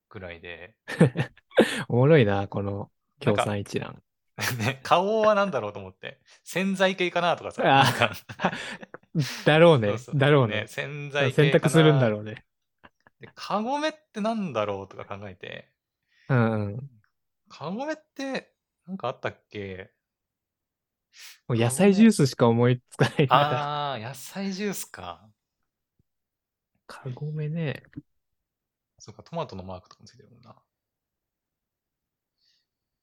Speaker 2: くらいで、
Speaker 1: おもろいな、この
Speaker 2: なん
Speaker 1: 協
Speaker 2: か
Speaker 1: 賛一覧。
Speaker 2: ね、顔は何だろうと思って、洗剤系かなとかさ、
Speaker 1: あ
Speaker 2: なんか
Speaker 1: だろうね
Speaker 2: そ。そ
Speaker 1: だろうね。
Speaker 2: 洗剤系
Speaker 1: 選択するんだ
Speaker 2: う。
Speaker 1: ろうね。
Speaker 2: でカゴメって何だろうとか考えて、
Speaker 1: うんうん。も
Speaker 2: カゴメって何かあったっけ
Speaker 1: う野菜ジュースしか思いつかないな。
Speaker 2: ああ、野菜ジュースか。
Speaker 1: カゴメね。
Speaker 2: そうか、トマトのマークとかもついてるもんな。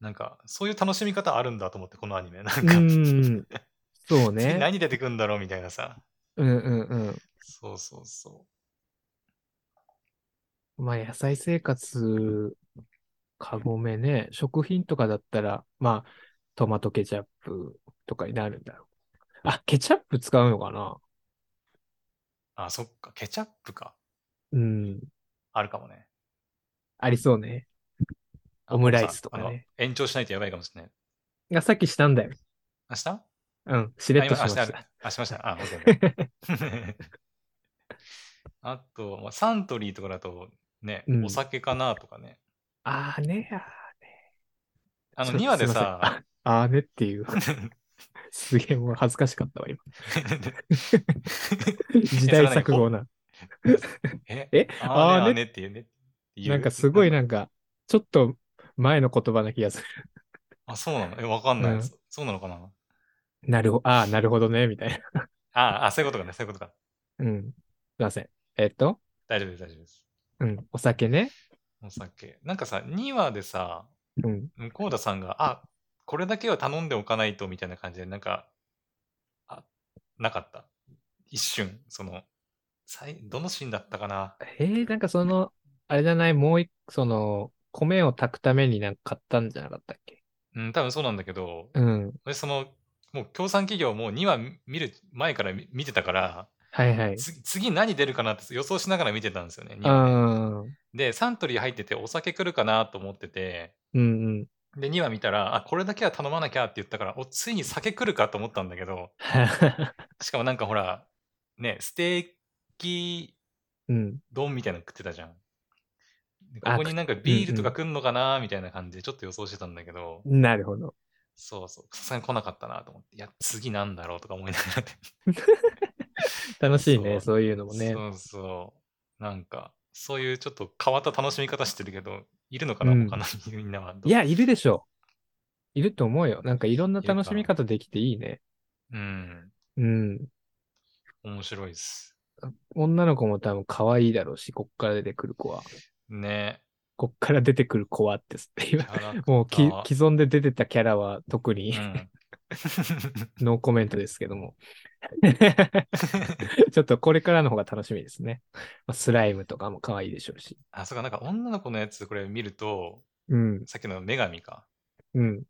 Speaker 2: なんか、そういう楽しみ方あるんだと思って、このアニメ。なんか、
Speaker 1: うーん。そう
Speaker 2: 次
Speaker 1: ね。
Speaker 2: 何出てくんだろうみたいなさ。
Speaker 1: うんうんうん。
Speaker 2: そうそうそ
Speaker 1: まあ、野菜生活、カゴメね。食品とかだったら、まあ、トマトケチャップとかになるんだろう。あ、ケチャップ使うのかな
Speaker 2: う。あ、そっか、ケチャップか。
Speaker 1: うん。
Speaker 2: あるかもね。
Speaker 1: ありそうね。
Speaker 2: あ
Speaker 1: オムライスとかね。
Speaker 2: もうさあの延長しないとやばいかもしれない。
Speaker 1: がさっきしたんだよ。
Speaker 2: 明日あ
Speaker 1: うん。しれっとしまし
Speaker 2: 今明日
Speaker 1: た。
Speaker 2: あ、しました。あ、オッケー あと、まあ、サントリーとかだと、ね、
Speaker 1: うん
Speaker 2: お酒かなとかね。
Speaker 1: あーね。
Speaker 2: あの、
Speaker 1: そう
Speaker 2: 2話です
Speaker 1: いま
Speaker 2: さ、
Speaker 1: あーねっていう。 すげえもう恥ずかしかったわ、今。時代錯誤な。
Speaker 2: え
Speaker 1: えあー
Speaker 2: あー
Speaker 1: ね
Speaker 2: ねっていうね。言う
Speaker 1: なんかすごいなんか、ちょっと前の言葉な気がする。
Speaker 2: あ、そうなのえ、わかんない、
Speaker 1: うん
Speaker 2: そそうなのかな
Speaker 1: なるほど、ああ、なるほどね、みたいな。
Speaker 2: ああ、そういうことかね、そういうことか。
Speaker 1: うん。すいません。えっと、
Speaker 2: 大丈夫です、大丈夫です。
Speaker 1: うん、お酒ね。
Speaker 2: お酒。なんかさ、2話でさ、
Speaker 1: うん。
Speaker 2: 向田さんが、あ、これだけは頼んでおかないと、みたいな感じで、なんか、あ、なかった。一瞬、その、最どのシーンだったかな
Speaker 1: えー、なんかその、あれじゃない、もう一個、その、米を炊くためになんか買ったんじゃなかったっけ
Speaker 2: うん、多分そうなんだけど、
Speaker 1: うん。
Speaker 2: 私その、もう共産企業もう2話見る前から見見てたから、
Speaker 1: はいはい。
Speaker 2: 次次何出るかなって予想しながら見てたんですよね。2
Speaker 1: う
Speaker 2: 話
Speaker 1: ん。うん
Speaker 2: で、サントリー入っててお酒来るかなと思ってて、
Speaker 1: うん。
Speaker 2: で、2話見たら、あ、これだけは頼まなきゃって言ったから、お、ついに酒来るかと思ったんだけど、しかもなんかほら、ね、ステーキ
Speaker 1: うん。
Speaker 2: 丼みたいなの食ってたじゃん。でこ
Speaker 1: あ
Speaker 2: こになんかビールとか来んのかなみたいな感じでちょっと予想してたんだけど、
Speaker 1: なるほど。
Speaker 2: そうそう、さすがに来なかったなと思って、いや、次なんだろうとか思いながらね。
Speaker 1: 楽しいね、
Speaker 2: そう
Speaker 1: そういうのもね。
Speaker 2: そうそう。なんか、そういうちょっと変わった楽しみ方してるけど、いるのかな、
Speaker 1: うん
Speaker 2: 他のみんなは。
Speaker 1: いや、いるでしょう。いると思うよ。なんかいろんな楽しみ方できていいね。
Speaker 2: うん、
Speaker 1: うん。
Speaker 2: 面白いです。
Speaker 1: 女の子も多分可愛いだろうし、こっから出てくる子は。
Speaker 2: ね。
Speaker 1: こっから出てくる子はって、
Speaker 2: キ
Speaker 1: 今
Speaker 2: ャラクター
Speaker 1: もうき既存で出てたキャラは特に
Speaker 2: うん
Speaker 1: ノーコメントですけども。ちょっとこれからの方が楽しみですね。まあスライムとかも可愛いでしょうし。
Speaker 2: あ、そうか、なんか女の子のやつ、これ見ると、
Speaker 1: うん、
Speaker 2: さっきの女神か。
Speaker 1: うん。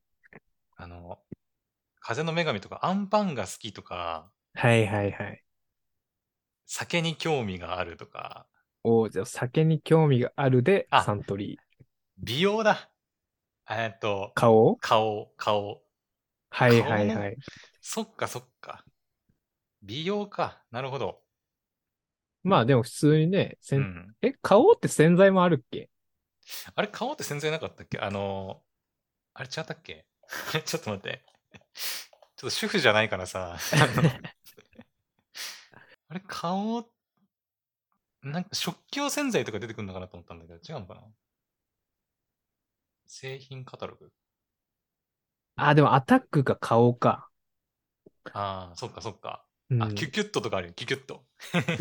Speaker 2: あの、風の女神とか、アンパンが好きとか、
Speaker 1: はいはいはい。
Speaker 2: 酒に興味があるとか、
Speaker 1: おーじゃあ酒に興味があるで、
Speaker 2: あ
Speaker 1: サントリー。
Speaker 2: 美容だ。えーっと、
Speaker 1: 顔
Speaker 2: 顔、顔。
Speaker 1: はいはいはい。
Speaker 2: そっかそっか。美容か。なるほど。
Speaker 1: まあでも普通にね、せ
Speaker 2: うんん。
Speaker 1: え、顔って洗剤もあるっけ
Speaker 2: あれ、顔って洗剤なかったっけあの、あれ違ったっけ あれちょっと待って。ちょっと主婦じゃないからさ。あのあれ、顔、なんか食器用洗剤とか出てくるのかなと思ったんだけど、違うのかな製品カタログ。
Speaker 1: あ、でもアタックが顔か。
Speaker 2: ああ、そっかそっか。
Speaker 1: うん、
Speaker 2: あ、キュキュットとかあるよ、キュキュット。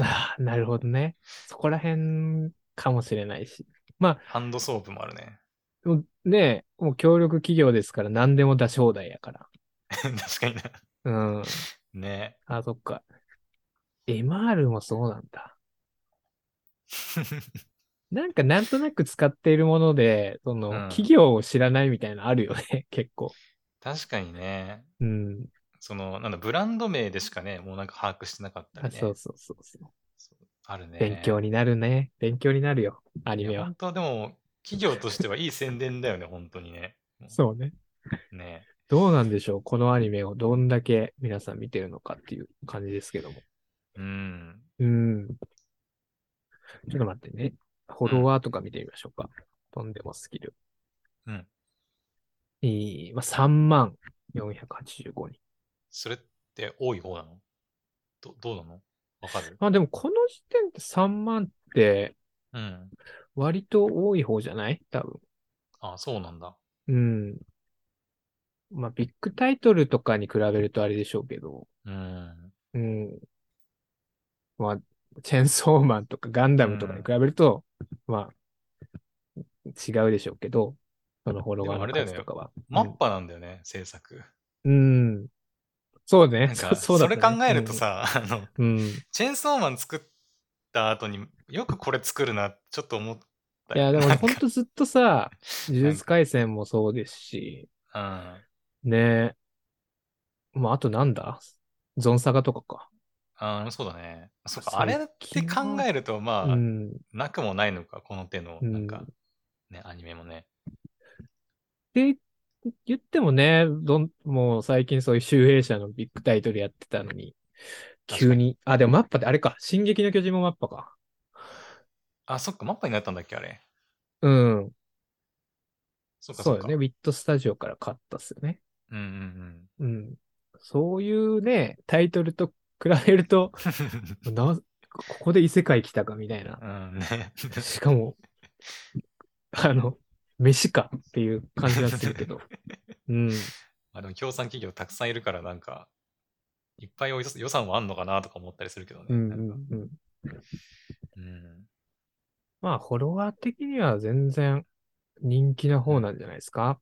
Speaker 1: あーなるほどね。そこら辺かもしれないし。
Speaker 2: ハンドソープもあるね。
Speaker 1: でもねもう協力企業ですから何でも出し放題やから。
Speaker 2: 確かにな。
Speaker 1: うん。
Speaker 2: ね。
Speaker 1: あ、そっか。MR もそうなんだ。なんかなんとなく使っているもので、その、
Speaker 2: うん
Speaker 1: 企業を知らないみたいなのあるよね、 結構。
Speaker 2: 確かにね。
Speaker 1: うん。
Speaker 2: その、なんだ、ブランド名でしかね、もうなんか把握してなかった
Speaker 1: あ
Speaker 2: りね。
Speaker 1: そうそうそうそう。
Speaker 2: そうあるね。
Speaker 1: 勉強になるね。勉強になるよ、アニ
Speaker 2: い
Speaker 1: メ
Speaker 2: や
Speaker 1: は。
Speaker 2: 本当でも、企業としてはいい宣伝だよね、本当にね。
Speaker 1: そうね。
Speaker 2: ね。
Speaker 1: どうなんでしょうこのアニメをどんだけ皆さん見てるのかっていう感じですけども。
Speaker 2: うん。
Speaker 1: うん。ちょっと待ってね。フォロワーとか見てみましょうか。とんでもスキル。
Speaker 2: うん。
Speaker 1: えーまあ、3万485人。
Speaker 2: それって多い方なのどどうなのわかる
Speaker 1: まあでもこの時点で3万って
Speaker 2: うん。
Speaker 1: 割と多い方じゃない多分。
Speaker 2: あそうなんだ。
Speaker 1: うん。まあビッグタイトルとかに比べるとあれでしょうけど。
Speaker 2: うん。
Speaker 1: うん。まあ、チェンソーマンとかガンダムとかに比べると、まあ、違うでしょうけど、そのフォロワーの数とかは。
Speaker 2: マッパなんだよね、制作。
Speaker 1: うん。うん そうね。
Speaker 2: なんか、
Speaker 1: そ
Speaker 2: そう
Speaker 1: だ
Speaker 2: れ
Speaker 1: った
Speaker 2: 考
Speaker 1: ね
Speaker 2: えると、さ、あの、
Speaker 1: うん。うん
Speaker 2: チェーンソーマン作った後によくこれ作るな、ちょっと思った
Speaker 1: いや、でも
Speaker 2: なんか
Speaker 1: ほんとずっとさ、呪術廻戦もそうですし、
Speaker 2: うん。
Speaker 1: ねえ。まあ、あとなんだゾンサガとかか。
Speaker 2: あーそうだね。そうか、あ
Speaker 1: 最
Speaker 2: れ
Speaker 1: 近は
Speaker 2: って考えると、まあ、
Speaker 1: うん。
Speaker 2: なくもないのか、この手の、
Speaker 1: うん
Speaker 2: なんか、ね、アニメもね。
Speaker 1: で、言ってもね、どん、もう最近そういう集英社のビッグタイトルやってたのに、急に、あ、でもマッパであれか、進撃の巨人もマッパか。
Speaker 2: あ、そっか、マッパになったんだっけ、あれ。
Speaker 1: うん。
Speaker 2: そっか、
Speaker 1: そ
Speaker 2: そうっ
Speaker 1: よ
Speaker 2: か。
Speaker 1: ね。ウィットスタジオから買ったっすよね。
Speaker 2: うんうん
Speaker 1: うん。そういうね、タイトルと比べる と、な、ここで異世界来たかみたいな。
Speaker 2: うん。 うんね。
Speaker 1: しかも、あの、飯かっていう感じがするけ ど。うん。
Speaker 2: まあでも、協賛企業たくさんいるから、なんか、いっぱいお予予算はあんのかなとか思ったりするけどね。
Speaker 1: うんう
Speaker 2: なん
Speaker 1: ん
Speaker 2: か
Speaker 1: うん。
Speaker 2: うん
Speaker 1: まあ、フォロワー的には全然人気な方なんじゃないですか。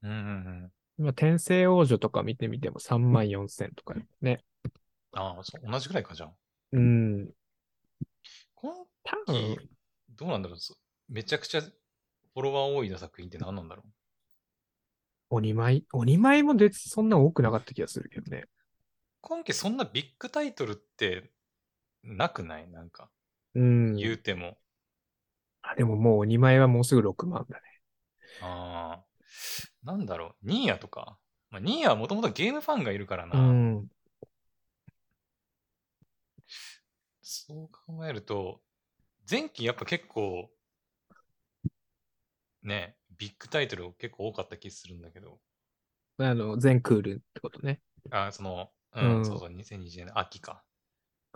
Speaker 2: うんうんうん。
Speaker 1: 今、天聖王女とか見てみても3万4千とかね。
Speaker 2: ああ、そう同じぐらいか、じゃん。
Speaker 1: うん。
Speaker 2: こ
Speaker 1: 多
Speaker 2: の
Speaker 1: 分、
Speaker 2: どうなんだろう。そめちゃくちゃフォロワー多いな作品って何なんだろう。
Speaker 1: 鬼舞、鬼舞もでそんな多くなかった気がするけどね。
Speaker 2: 今期そんなビッグタイトルってなくないなんか、
Speaker 1: うん。
Speaker 2: 言うても。
Speaker 1: あでももう鬼舞はもうすぐ6万だね。
Speaker 2: ああ。なんだろう。ニーヤとか。まあ、ニーヤはもともとゲームファンがいるからな。
Speaker 1: うん。
Speaker 2: そう考えると、前期やっぱ結構、ね、ビッグタイトル結構多かった気するんだけど、
Speaker 1: あの、全クールってことね。
Speaker 2: あ、その、うん、
Speaker 1: うん
Speaker 2: そうそう、2020年秋か。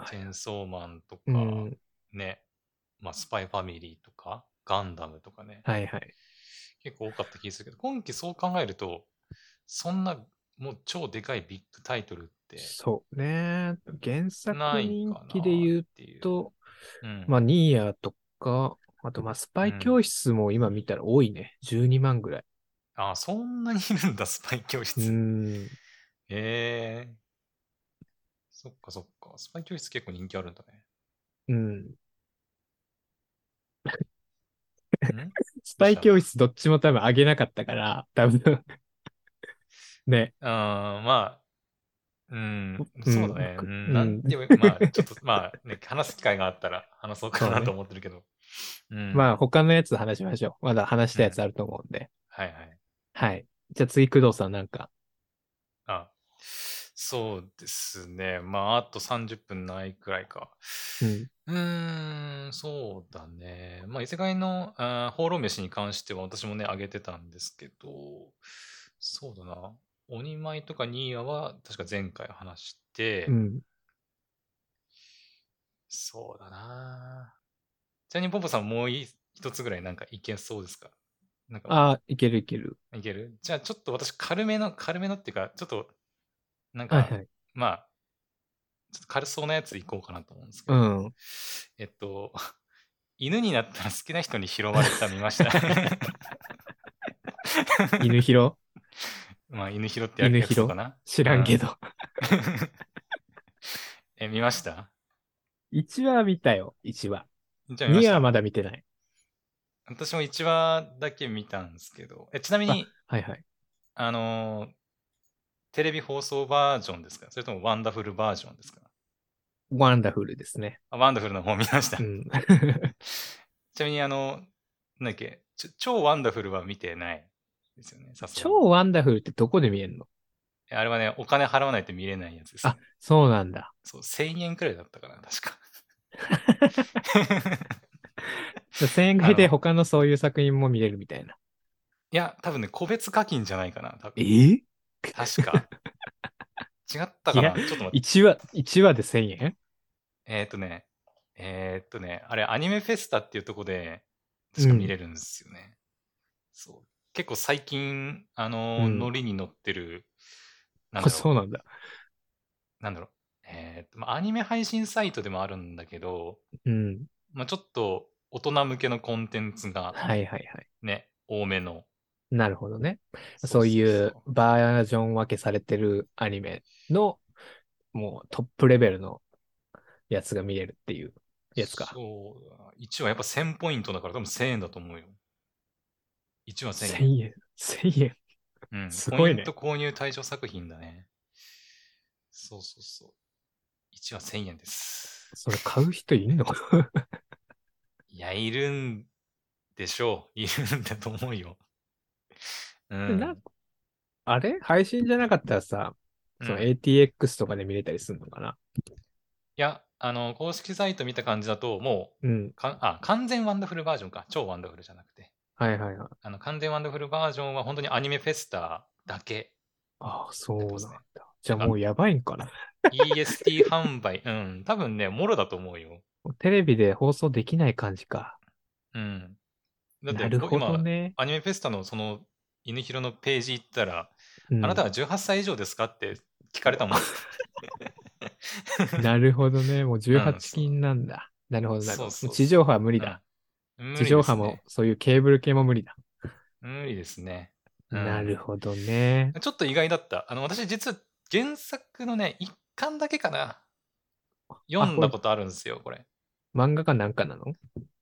Speaker 2: チェーンソーマンとか、
Speaker 1: うん。
Speaker 2: ね、まあ、スパイファミリーとか、ガンダムとかね、
Speaker 1: はいはい。
Speaker 2: 結構多かった気するけど、今期そう考えると、そんな、もう超でかいビッグタイトルって、
Speaker 1: そうね。原作
Speaker 2: ない
Speaker 1: 人
Speaker 2: かな
Speaker 1: 気で言う
Speaker 2: っていう。
Speaker 1: と、
Speaker 2: うん、
Speaker 1: まあ、ニーヤとか、あと、まあ、スパイ教室も今見たら多いね。12万ぐらい。
Speaker 2: あ、そんなにいるんだ、スパイ教室。
Speaker 1: うん。
Speaker 2: へえ。そっかそっか。スパイ教室結構人気あるんだ
Speaker 1: うん。
Speaker 2: ね。ん
Speaker 1: スパイ教室どっちも多分上げなかったから、多分ね。
Speaker 2: あーまあ、うん、
Speaker 1: うん
Speaker 2: そうだね。う
Speaker 1: うん
Speaker 2: ん、なんでも、まあ、ちょっと、まあ、ね、話す機会があったら話そうか
Speaker 1: そう
Speaker 2: な
Speaker 1: ね
Speaker 2: と思ってる けど。うん。
Speaker 1: ま
Speaker 2: あ。
Speaker 1: あ他のやつ話しましょう。まだ話したやつあると思うんで。
Speaker 2: はいはい。
Speaker 1: はい。じゃあ次、工藤さんなんか。
Speaker 2: あ、そうですね。まあ、あと30分ないくらいか。
Speaker 1: うん。
Speaker 2: うーん、そうだね。まあ、異世界のあー放浪飯に関しては私もね、あげてたんですけど、そうだな。鬼舞とかニーヤは確か前回話して、
Speaker 1: うん。
Speaker 2: そうだな。ちなみにポポさんもうい一つぐらいなんかいけそうですかなんか
Speaker 1: ああ、いけるいける。
Speaker 2: いけるじゃあちょっと私軽めの、軽めのっていうか、ちょっと、なんか、
Speaker 1: はいはい。
Speaker 2: まあ、ちょっと軽そうなやついこうかなと思うんですけ
Speaker 1: う
Speaker 2: ど、
Speaker 1: ん。
Speaker 2: えっと、 犬になったら好きな 人に拾われた見ました。
Speaker 1: 犬拾
Speaker 2: まあ、犬拾ってやるやつとかな。
Speaker 1: 知らんけ ど。
Speaker 2: え、見ました
Speaker 1: 1話見たよ、1話。
Speaker 2: じゃあ見まし
Speaker 1: 2
Speaker 2: た
Speaker 1: 話まだ見てない。
Speaker 2: 私も1話だけ見たんですけど。え、ちなみに、
Speaker 1: はいはい。
Speaker 2: あのーテレビ放送バージョンですかそれともワンダフルバージョンですか
Speaker 1: ワンダフルですね。
Speaker 2: あワンダフルの方見ました。
Speaker 1: う
Speaker 2: ち
Speaker 1: ん。
Speaker 2: なみに、あの、なんだっけ、ちょ超ワンダフルは見てないですよね。さすがに
Speaker 1: 超ワンダフルってどこで見えんの
Speaker 2: えあれはね、お金払わないと見れないやつです、
Speaker 1: あ、そうなんだ。
Speaker 2: そう、1000円くらいだったかな、確 か。
Speaker 1: 1000円ぐらいで他のそういう作品も見れるみたいな。
Speaker 2: いや、多分ね、個別課金じゃないかな、多分
Speaker 1: え
Speaker 2: 確か。違ったか
Speaker 1: い
Speaker 2: な
Speaker 1: や
Speaker 2: ちょっと待って。
Speaker 1: ?1 話、1話で1000円
Speaker 2: えーっ、とね、えーっ、とね、あれ、アニメフェスタっていうとこで、確か見れるんですよね。そう。結構最近、あのー、
Speaker 1: うん
Speaker 2: ノリに乗ってる、なん
Speaker 1: あ、
Speaker 2: だろ、
Speaker 1: そううなんだ。
Speaker 2: なんだろう、えーっ、と、まあ、アニメ配信サイトでもあるんだけど、
Speaker 1: うん。
Speaker 2: まあ、ちょっと大人向けのコンテンツが
Speaker 1: はいはいはい。
Speaker 2: ね、多めの。
Speaker 1: なるほどね。そういう
Speaker 2: そ
Speaker 1: バージョン分けされてるアニメの、もうトップレベルのやつが見れるっていうやつか。
Speaker 2: そう。一話やっぱ1000ポイントだから多分1000円だと思うよ。1話1000円。
Speaker 1: 1000円。1000円。
Speaker 2: うん、
Speaker 1: すごい
Speaker 2: ポイ
Speaker 1: ね
Speaker 2: ント購入対象作品だね。そうそうそう。1話1000円です。
Speaker 1: それ買う人いんの
Speaker 2: いや、いるんでしょう。いるんだと思うよ。うん。
Speaker 1: なんかあれ配信じゃなかったらさ、
Speaker 2: うん
Speaker 1: その
Speaker 2: い
Speaker 1: ATX とかで見れたりするのかな
Speaker 2: や、あの、公式サイト見た感じだと、も
Speaker 1: うん
Speaker 2: う。かん、あ、完全ワンダフルバージョンか。超ワンダフルじゃなくて。
Speaker 1: はいはいはい。
Speaker 2: あの、完全ワンダフルバージョンは本当にアニメフェスタだけ。
Speaker 1: ああ、そうなん
Speaker 2: そうですね
Speaker 1: だ。じゃあもうやばいんかな。
Speaker 2: EST 販売。うん。多分ね、もろだと思うよ。
Speaker 1: テレビで放送できない感じか。
Speaker 2: うん。だって、
Speaker 1: なるほどね。
Speaker 2: アニメフェスタのその、犬広のページ行ったら、
Speaker 1: うん
Speaker 2: あなたは18歳以上ですかって聞かれ たもん。
Speaker 1: なるほどね。もう
Speaker 2: う
Speaker 1: 18
Speaker 2: んそう
Speaker 1: 禁なんだ。なるほどなるほど。
Speaker 2: そうそうそう
Speaker 1: もう地上波は無理だ。
Speaker 2: うん。
Speaker 1: 地上波も、そういうケーブル系も無理だ。
Speaker 2: 無理ですね。無理ですね。うん
Speaker 1: なるほどね。
Speaker 2: ちょっと意外だった。あの、私実は原作のね、一巻だけかな。読んだことあるんですよ、これ。
Speaker 1: 漫画かなんかなの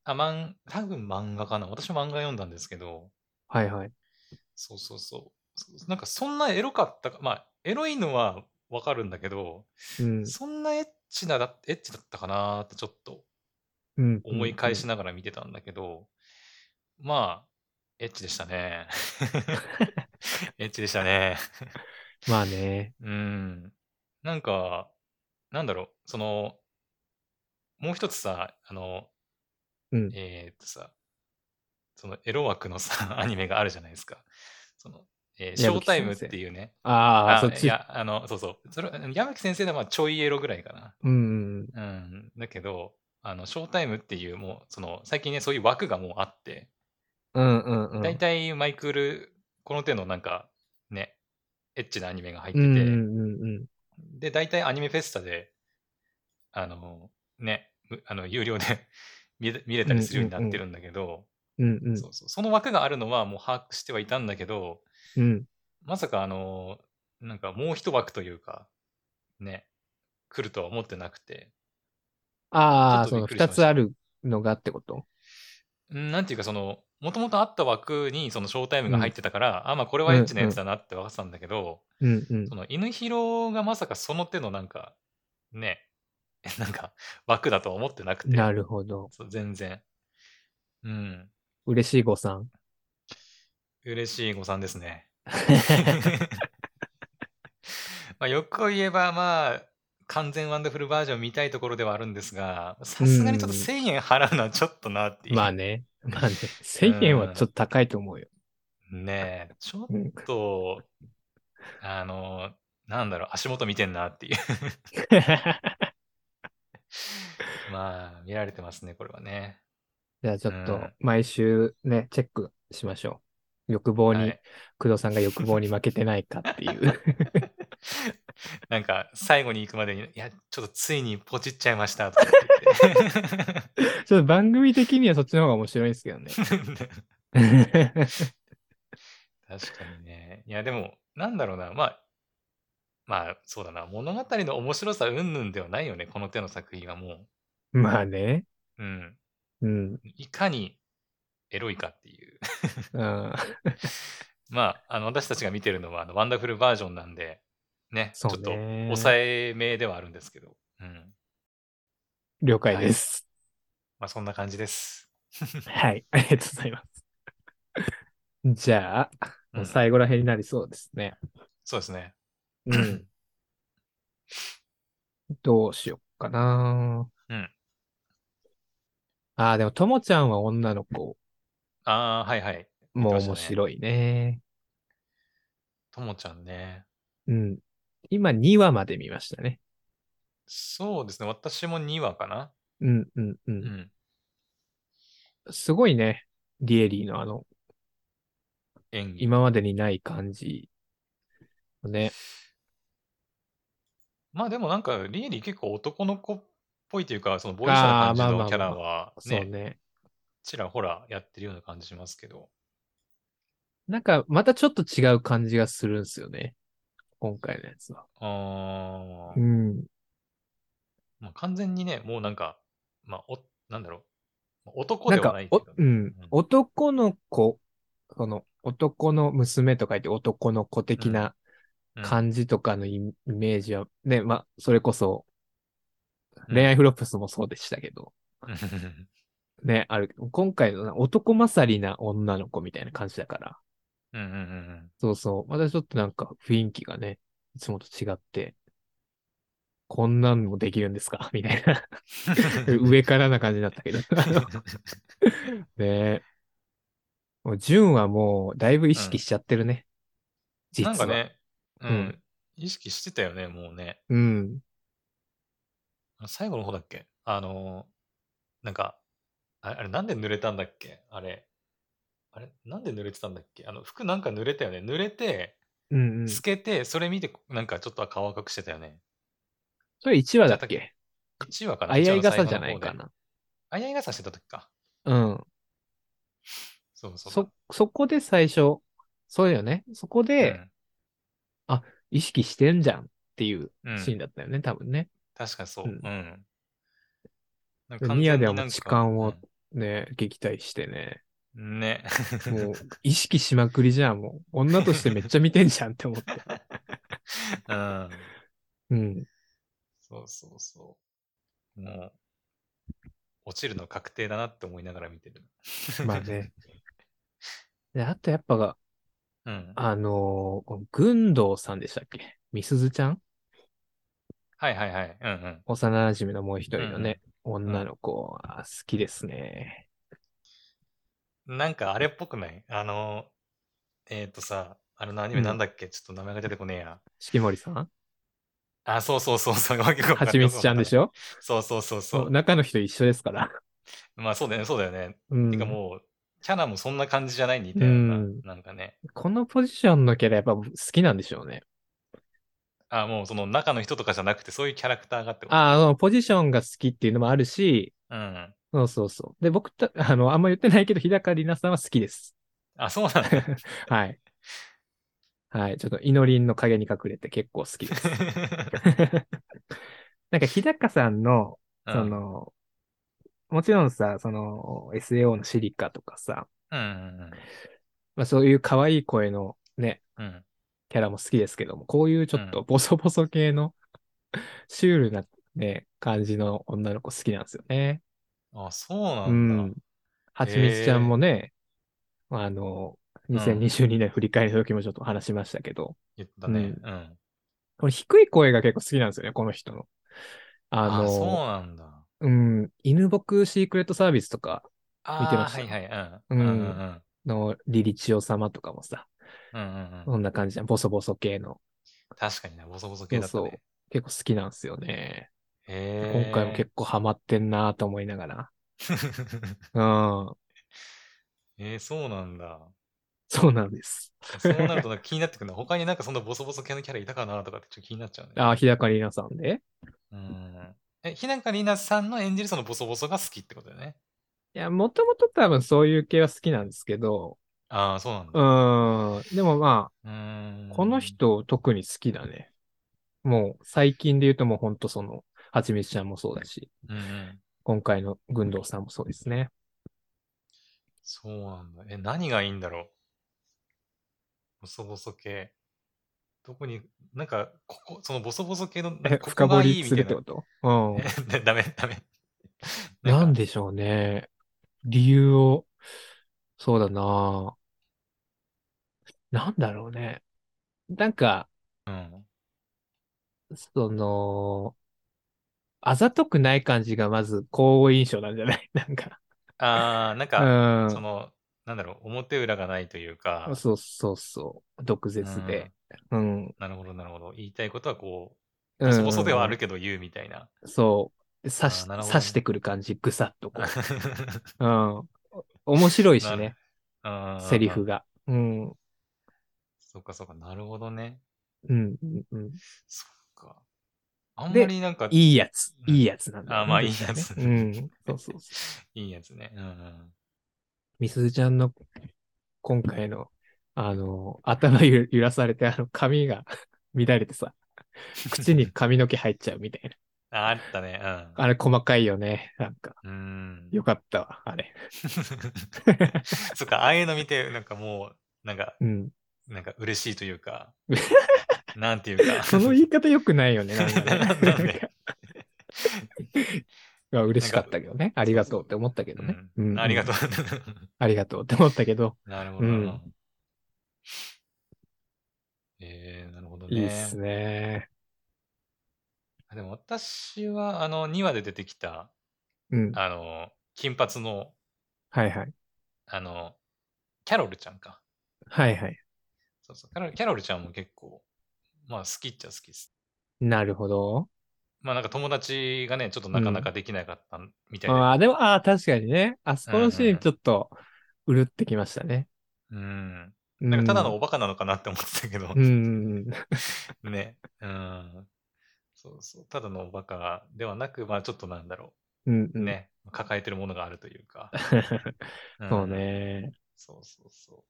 Speaker 2: あ、まん、多分漫画かな。私も漫画読んだんですけど、
Speaker 1: はいはい。
Speaker 2: そうそうそうそ。なんかそんなエロかったか、まあ、エロいのはわかるんだけど、
Speaker 1: うん。
Speaker 2: そんなエッチなだ、エッチだったかなーってちょっと
Speaker 1: うん、
Speaker 2: 思い返し
Speaker 1: な。
Speaker 2: ながら見てたんだけど、まあ、エッチでし たね。エッチでしたね。
Speaker 1: まあね。
Speaker 2: うん。なんか、なんだろう、その、もう一つさ、あの、
Speaker 1: うん
Speaker 2: えーっとさ、そのエロ枠のさ、アニメがあるじゃないですか。その、えーシ
Speaker 1: 矢
Speaker 2: ョー
Speaker 1: 吹
Speaker 2: タイムっ
Speaker 1: 先生
Speaker 2: ていうね。
Speaker 1: ああ、そっ
Speaker 2: い
Speaker 1: ち。
Speaker 2: や、あの、そうそう。それ、矢吹先生のはまあちょいエロぐらいかな。
Speaker 1: うん。
Speaker 2: うん、だけど、あの、ショータイムっていう、もう、その、最近ね、そういう枠がもうあって、
Speaker 1: うんうんうん。
Speaker 2: 大体マイクール、この手のなんか、ね、エッチなアニメが入って
Speaker 1: うんうん
Speaker 2: て、
Speaker 1: うんうん。
Speaker 2: で、大体アニメフェスタで、あの、ね、むあの、有料で 見れ見れたりするようになってるんだけど、
Speaker 1: うんうん
Speaker 2: そうそうその枠があるのはもう把握してはいたんだけど、
Speaker 1: うん。
Speaker 2: まさかあの、なんかもう一枠というか、ね、来るとは思ってなくて、
Speaker 1: ああ、
Speaker 2: ち
Speaker 1: そ
Speaker 2: ょっ
Speaker 1: の
Speaker 2: とびっくりしま
Speaker 1: 二
Speaker 2: した
Speaker 1: つあるのがってこと
Speaker 2: うんなんていうかその、もともとあった枠にそのショータイムが入ってたから、あ、まあこれはエッチなやつだなって分かってたんだけど、
Speaker 1: うんうん
Speaker 2: そ。の犬広がまさかその手のなんか、ね、 なんか枠だとは思ってなくて、
Speaker 1: なるほど。
Speaker 2: そう全然。うん。
Speaker 1: 嬉しいごさ ん。
Speaker 2: 嬉しい誤算ですね。 まあ欲を言えば、まあ、完全ワンダフルバージョン見たいところではあるんですが、さすがにちょっと
Speaker 1: うん
Speaker 2: 1000円払うのはちょっとなっていう。
Speaker 1: まあね。 まあね。1000円はちょっと高いと思うよ。
Speaker 2: ねえ、ちょっ
Speaker 1: うん
Speaker 2: ちょっと、あの、なんだろう、足元見てんなっていう。 まあ、見られてますね、これはね。
Speaker 1: じゃあちょっ
Speaker 2: う
Speaker 1: と
Speaker 2: ん
Speaker 1: 毎週ね、チェックしましょう。欲望
Speaker 2: は
Speaker 1: に
Speaker 2: い、
Speaker 1: 工藤さんが欲望に負けてないかって いう。
Speaker 2: なんか、最後に行くまでに、いや、ちょっとついにポチっちゃいましたとか言って
Speaker 1: ちょっと番組的にはそっちの方が面白いんです けどね。
Speaker 2: 言って。確かにね。いや、でも、なんだろうな、まあ、まあ、そうだな、物語の面白さ云々ではないよね、この手の作品はも
Speaker 1: まあね。
Speaker 2: う。うん。
Speaker 1: うん。
Speaker 2: いかにエロいかっていう。
Speaker 1: うん、
Speaker 2: まあ、あの、私たちが見てるのは、あの、ワンダフルバージョンなんで、ね、ちょ
Speaker 1: そう
Speaker 2: っ
Speaker 1: ね
Speaker 2: と抑えめではあるんですけど、うん。
Speaker 1: 了解です。
Speaker 2: まあ、そんな感じです。
Speaker 1: はい。ありがとうございます。 じゃあ、
Speaker 2: うん
Speaker 1: 最後ら辺になりそうですね。
Speaker 2: そうですね。
Speaker 1: うん。どうしよっかな。
Speaker 2: うん。
Speaker 1: ああ、でも、ともちゃんは女の子
Speaker 2: ああ、はいはい。
Speaker 1: も
Speaker 2: 言っ
Speaker 1: 面
Speaker 2: てましたね
Speaker 1: 白いね。
Speaker 2: ともちゃんね。
Speaker 1: うん。今、2話まで見ましたね。
Speaker 2: そうですね。私も2話かな。
Speaker 1: うん、うん、う。
Speaker 2: うんん。
Speaker 1: すごいね。リエリーのあの、
Speaker 2: 演技。
Speaker 1: 今までにない感じ。ね。
Speaker 2: まあでもなんか、リエリー結構男の子っぽいというか、そのボーイッシュな感じ
Speaker 1: あーまあまあま
Speaker 2: の
Speaker 1: あ
Speaker 2: キャラは
Speaker 1: そう
Speaker 2: ね、
Speaker 1: ね。
Speaker 2: ちらほらやってるような感じしますけど。
Speaker 1: なんか、またちょっと違う感じがするんですよね。今回のやつは。
Speaker 2: あ
Speaker 1: う
Speaker 2: ー
Speaker 1: ん。
Speaker 2: まあ、完全にね、もうなんか、まあ、お、なんだろう。男
Speaker 1: な
Speaker 2: で
Speaker 1: ん
Speaker 2: は
Speaker 1: か
Speaker 2: ないけ
Speaker 1: お
Speaker 2: ど、、
Speaker 1: う
Speaker 2: ね。
Speaker 1: ん、男の子、この男の娘と書いて男の子的な
Speaker 2: うん
Speaker 1: 感じとかのイイメージは、ね、まあ、それこそ、
Speaker 2: うん
Speaker 1: 恋愛フロップスもそうでしたけど、
Speaker 2: うん
Speaker 1: ね、ある、今回のな男勝りな女の子みたいな感じだから、
Speaker 2: うんうんうん。
Speaker 1: そうそう、またちょっとなんか雰囲気がね、いつもと違って、こんなんもできるんですかみ たい な。 上からな感じになったけど。ねえ。もう、純はもう、だいぶ意識しちゃってるね。実
Speaker 2: な
Speaker 1: は。
Speaker 2: んかね、うん、
Speaker 1: うん
Speaker 2: 意識してたよね、もうね。
Speaker 1: うん。
Speaker 2: 最後の方だっけあのー、なんか、あれ、あれなんで濡れたんだっけあれ。あれなんで濡れてたんだっけあの、服なんか濡れたよね。濡れて、
Speaker 1: うんうん。
Speaker 2: 透けて、それ見て、なんかちょっと顔赤くしてたよね。
Speaker 1: それ1話だっけ
Speaker 2: 1話かな
Speaker 1: あいあい
Speaker 2: 一話の
Speaker 1: 傘
Speaker 2: 最後
Speaker 1: じ
Speaker 2: の
Speaker 1: ゃない
Speaker 2: 方で
Speaker 1: かな。
Speaker 2: あやい傘してた時か。
Speaker 1: うん。
Speaker 2: そうそうだ。
Speaker 1: そ、そこで最初、そうよね。そこで意識してんじゃんっていう
Speaker 2: うん、うん
Speaker 1: シーンだったよね、多分ね。
Speaker 2: 確かそう。
Speaker 1: う
Speaker 2: うんん。なん
Speaker 1: ニアではも
Speaker 2: 完全にな
Speaker 1: うん
Speaker 2: か
Speaker 1: 痴漢を
Speaker 2: うん
Speaker 1: ね、撃退して ね。
Speaker 2: ね。
Speaker 1: もう、意識しまくりじゃん、もう。女としてめっちゃ見てんじゃんって思 って。
Speaker 2: うん。
Speaker 1: うん。
Speaker 2: そうそうそう。もう、落ちるの確定だなって思いながら見てる。
Speaker 1: まあね。で、あとやっぱが、
Speaker 2: うん。
Speaker 1: あのー、軍堂さんでしたっけみすずちゃん
Speaker 2: はいはいはい。うんうん。
Speaker 1: 幼馴染のもう一人のね、女の子は好きですね。
Speaker 2: なんかあれっぽくないあの、えっ、とさ、あれのアニメなんだっけ、ちょっと名前が出てこねえや。
Speaker 1: 四季森さん
Speaker 2: あ、そうそうそうそう。わけわか
Speaker 1: は
Speaker 2: んな
Speaker 1: ち
Speaker 2: い
Speaker 1: みつちゃんでしょ
Speaker 2: そうそうそうそ
Speaker 1: そう
Speaker 2: う。
Speaker 1: 中の人一緒ですから。
Speaker 2: まあそうだよね、そうだよね。
Speaker 1: うん
Speaker 2: てかもう、キャラもそんな感じじゃないに似たような、
Speaker 1: うん
Speaker 2: なんかね。
Speaker 1: このポジションのキャラやっぱ好きなんでしょうね。
Speaker 2: あ、もうその中の人とかじゃなくて、そういうキャラクターがってこと。
Speaker 1: ああ、そのポジションが好きっていうのもあるし、
Speaker 2: うん。
Speaker 1: そうそうそう。で、僕た、 あの、あんま言ってないけど、日高里奈さんは好きです。
Speaker 2: あ、そうなんだ。
Speaker 1: はい。はい。ちょっと祈りの影に隠れて結構好きです。 なんか日高さんの、
Speaker 2: う ん
Speaker 1: そ、の、もちろんさ、その、SAO のシリカとかさ、
Speaker 2: うんうん
Speaker 1: まあ、そういう可愛い声のね、
Speaker 2: うん。うん。
Speaker 1: キャラも好きですけども、こういうちょっとボソボソ系の、 シュールなね、感じの女の子好きなんですよね。
Speaker 2: あ、そうな
Speaker 1: うん
Speaker 2: だ。
Speaker 1: ん。はちみつちゃんもね、あの、2022年振り返りの時もちょっと話しましたけど、
Speaker 2: 言ったね。
Speaker 1: う
Speaker 2: うん。
Speaker 1: この低い声が結構好きなんですよね、この人の。あ
Speaker 2: あ
Speaker 1: の、
Speaker 2: そうなんだ。
Speaker 1: うん、犬僕シークレットサービスとか
Speaker 2: あ
Speaker 1: 見てました
Speaker 2: ーはいはい。
Speaker 1: う
Speaker 2: うんん。うんうんうん。
Speaker 1: のリリチオ様とかもさ、
Speaker 2: うんうんうん。
Speaker 1: そんな感じじゃん。ボソボソ系の。
Speaker 2: 確かにね、ボソボソ系だった
Speaker 1: そうそう
Speaker 2: ね。
Speaker 1: 結構好きなんですよね。
Speaker 2: へ
Speaker 1: 今回も結構ハマってんなと思いながら。うん。
Speaker 2: えー、そうなんだ。
Speaker 1: そうなんです。
Speaker 2: そうなるとなんか気になってくるな。他になんかそんなボソボソ系のキャラいたかなとかってちょっと気になっちゃうね。
Speaker 1: あ、日高里奈さんで。
Speaker 2: うん。え、ひなかりなさんの演じるそのボソボソが好きってことだよね。
Speaker 1: いや、もともと多分そういう系は好きなんですけど、
Speaker 2: ああ、そうなん
Speaker 1: う
Speaker 2: だ。
Speaker 1: ーん。でもま
Speaker 2: うーん
Speaker 1: あ、この。人特に好きだね。もう最近で言うともうほんとその、はちみつちゃんもそうだし、
Speaker 2: うんうん。
Speaker 1: 今回の軍藤さんもそうですね。
Speaker 2: そうなんだ。え、何がいいんだろうボソボソ系。どこに、なんか、ここ、そのボソボソ系の、
Speaker 1: え
Speaker 2: ここ
Speaker 1: 深掘
Speaker 2: がいい
Speaker 1: り
Speaker 2: み
Speaker 1: す
Speaker 2: た
Speaker 1: る
Speaker 2: い
Speaker 1: って
Speaker 2: な
Speaker 1: こ。とうん。
Speaker 2: え ダメ、ダメ。
Speaker 1: な
Speaker 2: か
Speaker 1: んでしょうね。理由を、そうだななんだろうね。なんか、
Speaker 2: うん。
Speaker 1: その、あざとくない感じがまず好印象なんじゃないなんか。
Speaker 2: ああ、なんか、
Speaker 1: うん
Speaker 2: その、なんだろう、表裏がないというか、
Speaker 1: そうそうそう。毒舌で。うん。
Speaker 2: なるほど、なるほど。言いたいことは
Speaker 1: う
Speaker 2: こう、
Speaker 1: ん
Speaker 2: ボソボソではあるけど言うみたいな。
Speaker 1: そう。刺し、
Speaker 2: あーなるほどね
Speaker 1: 刺してくる感じ、ぐさっとこ う。うん。お面白いしね、
Speaker 2: うん
Speaker 1: セリフ。が。うん。
Speaker 2: そっかそっか、なるほどね。
Speaker 1: うん。うんうん
Speaker 2: そっか。あんまりなんか、い
Speaker 1: いいやつ。
Speaker 2: うん
Speaker 1: いいやつなんだよね。
Speaker 2: あまあ
Speaker 1: でしたね
Speaker 2: いいやつ
Speaker 1: うん。そうそうそう。
Speaker 2: いやつね。うんうん。
Speaker 1: みすずちゃんの今回の、あの、頭ゆ揺らされて、あの、髪が 乱れてさ、口に髪の毛入っちゃうみたいな。
Speaker 2: ああったね。
Speaker 1: あれ細かいよね。なんか、
Speaker 2: うん。うん。
Speaker 1: よかったわ、あれ。
Speaker 2: そっか、ああいうの見て、なんかもう、なんか、
Speaker 1: うん。
Speaker 2: なんか嬉しいとい うか、なんていうか。
Speaker 1: その言い方良くないよね。なんかね
Speaker 2: なん
Speaker 1: なん
Speaker 2: で
Speaker 1: かまあ嬉しかったけどね。ありがとうって思ったけどね。
Speaker 2: うんありがと
Speaker 1: う。。
Speaker 2: うん
Speaker 1: ありがとうって思ったけど、
Speaker 2: なるほど
Speaker 1: うん
Speaker 2: な。えー、なるほどね。
Speaker 1: いいっすね。
Speaker 2: でも私は、あの、2話で出てきた、
Speaker 1: うん。
Speaker 2: あの、金髪の、
Speaker 1: はいはい。
Speaker 2: あの、キャロルちゃんか。
Speaker 1: はいはい。
Speaker 2: そうそう。キャロルキャロルちゃんも結構、まあ好きっちゃ好きです。
Speaker 1: なるほど。
Speaker 2: まあなんか友達がね、ちょっとなかなかできなかったみたい
Speaker 1: あ
Speaker 2: な。
Speaker 1: あ、でも、ああ、確かにね。あそこのシ
Speaker 2: うん
Speaker 1: ー
Speaker 2: う
Speaker 1: ン
Speaker 2: ん
Speaker 1: ちょっと、うるってきましたね。
Speaker 2: うん。
Speaker 1: な
Speaker 2: なんかただのおバカなのかなって思ってたけど
Speaker 1: う、ん。
Speaker 2: ね。うん。そうそう。ただのおバカではなく、まあちょっとなんだろ
Speaker 1: うん。う
Speaker 2: う。
Speaker 1: ん。
Speaker 2: ね。抱えてるものがあるというか。ん
Speaker 1: そう。ね。
Speaker 2: そうそうそ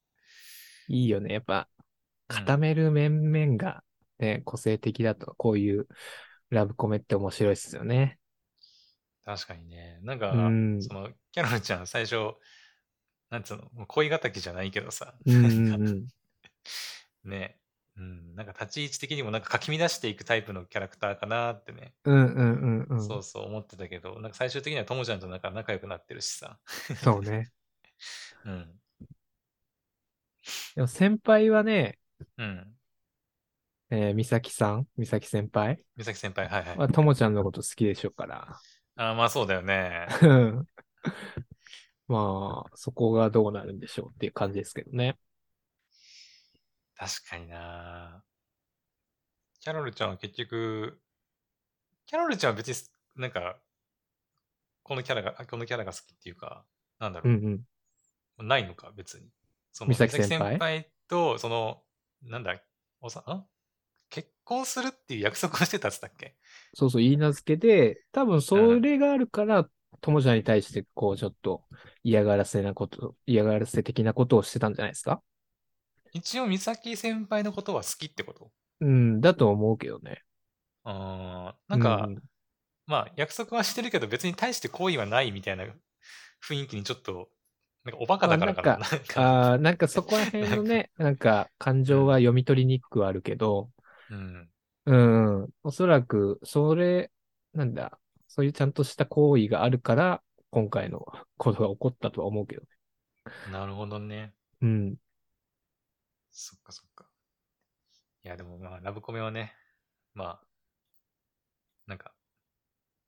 Speaker 1: いいよね。やっぱ、
Speaker 2: うん
Speaker 1: 固める面々が、ね、個性的だと、こういうラブコメって面白いっすよね。
Speaker 2: う。確かにね。なんか、
Speaker 1: うん
Speaker 2: その、キャロルちゃん最初、なんつうの、もう恋敵じゃないけどさ。
Speaker 1: うん
Speaker 2: な
Speaker 1: うん
Speaker 2: か
Speaker 1: ん。
Speaker 2: ね。うん、なんか立ち位置的にもなんかかき乱していくタイプのキャラクターかなってね、
Speaker 1: うんうんうんうん。
Speaker 2: そうそう思ってたけど、なんか最終的にはともちゃんとなんか仲良くなってるしさ。
Speaker 1: そうね。
Speaker 2: うん。
Speaker 1: でも先輩はね、
Speaker 2: うん。
Speaker 1: えー、美咲さん、美咲先輩
Speaker 2: 美咲先輩、はいはい。
Speaker 1: はともちゃんのこと好きでしょうから。
Speaker 2: あーまあそうだよね。
Speaker 1: うんまあ、そこがどうなるんでしょうっていう感じですけどね。
Speaker 2: 確かになキャロルちゃんは結局、キャロルちゃんは別にす、なんか、このキャラが、あこのキャラが好きっていうか、なんだ
Speaker 1: う
Speaker 2: ろ
Speaker 1: ん
Speaker 2: う、
Speaker 1: うん。
Speaker 2: ないのか、別に。その
Speaker 1: 美咲先輩
Speaker 2: と、その、なんだ、おさ、ん結婚するっていう約束をしてたっつったっけ
Speaker 1: そうそう、言い名付けで、多分それがあるから、ともちゃんに対して、こう、ちょっと嫌がらせなこと、嫌がらせ的なことをしてたんじゃないですか
Speaker 2: 一応、美咲先輩のことは好きってこと
Speaker 1: うん、だと思うけどね。
Speaker 2: うーん。なんか、
Speaker 1: う
Speaker 2: まあ、約束はしてるけど、別に対して好意はないみたいな雰囲気にちょっと、なんかおバカだからか
Speaker 1: ま
Speaker 2: な。なんか
Speaker 1: ああ、なんかそこら辺のね、なんか感情は読み取りにくくはあるけど、
Speaker 2: うん。
Speaker 1: うん、おそらく、それ、なんだ、そういうちゃんとした行為があるから、今回のことが起こったとは思うけどね。
Speaker 2: なるほどね。
Speaker 1: うん、
Speaker 2: そっかそっか。いや、でもまあ、ラブコメはね、まあ、なんか、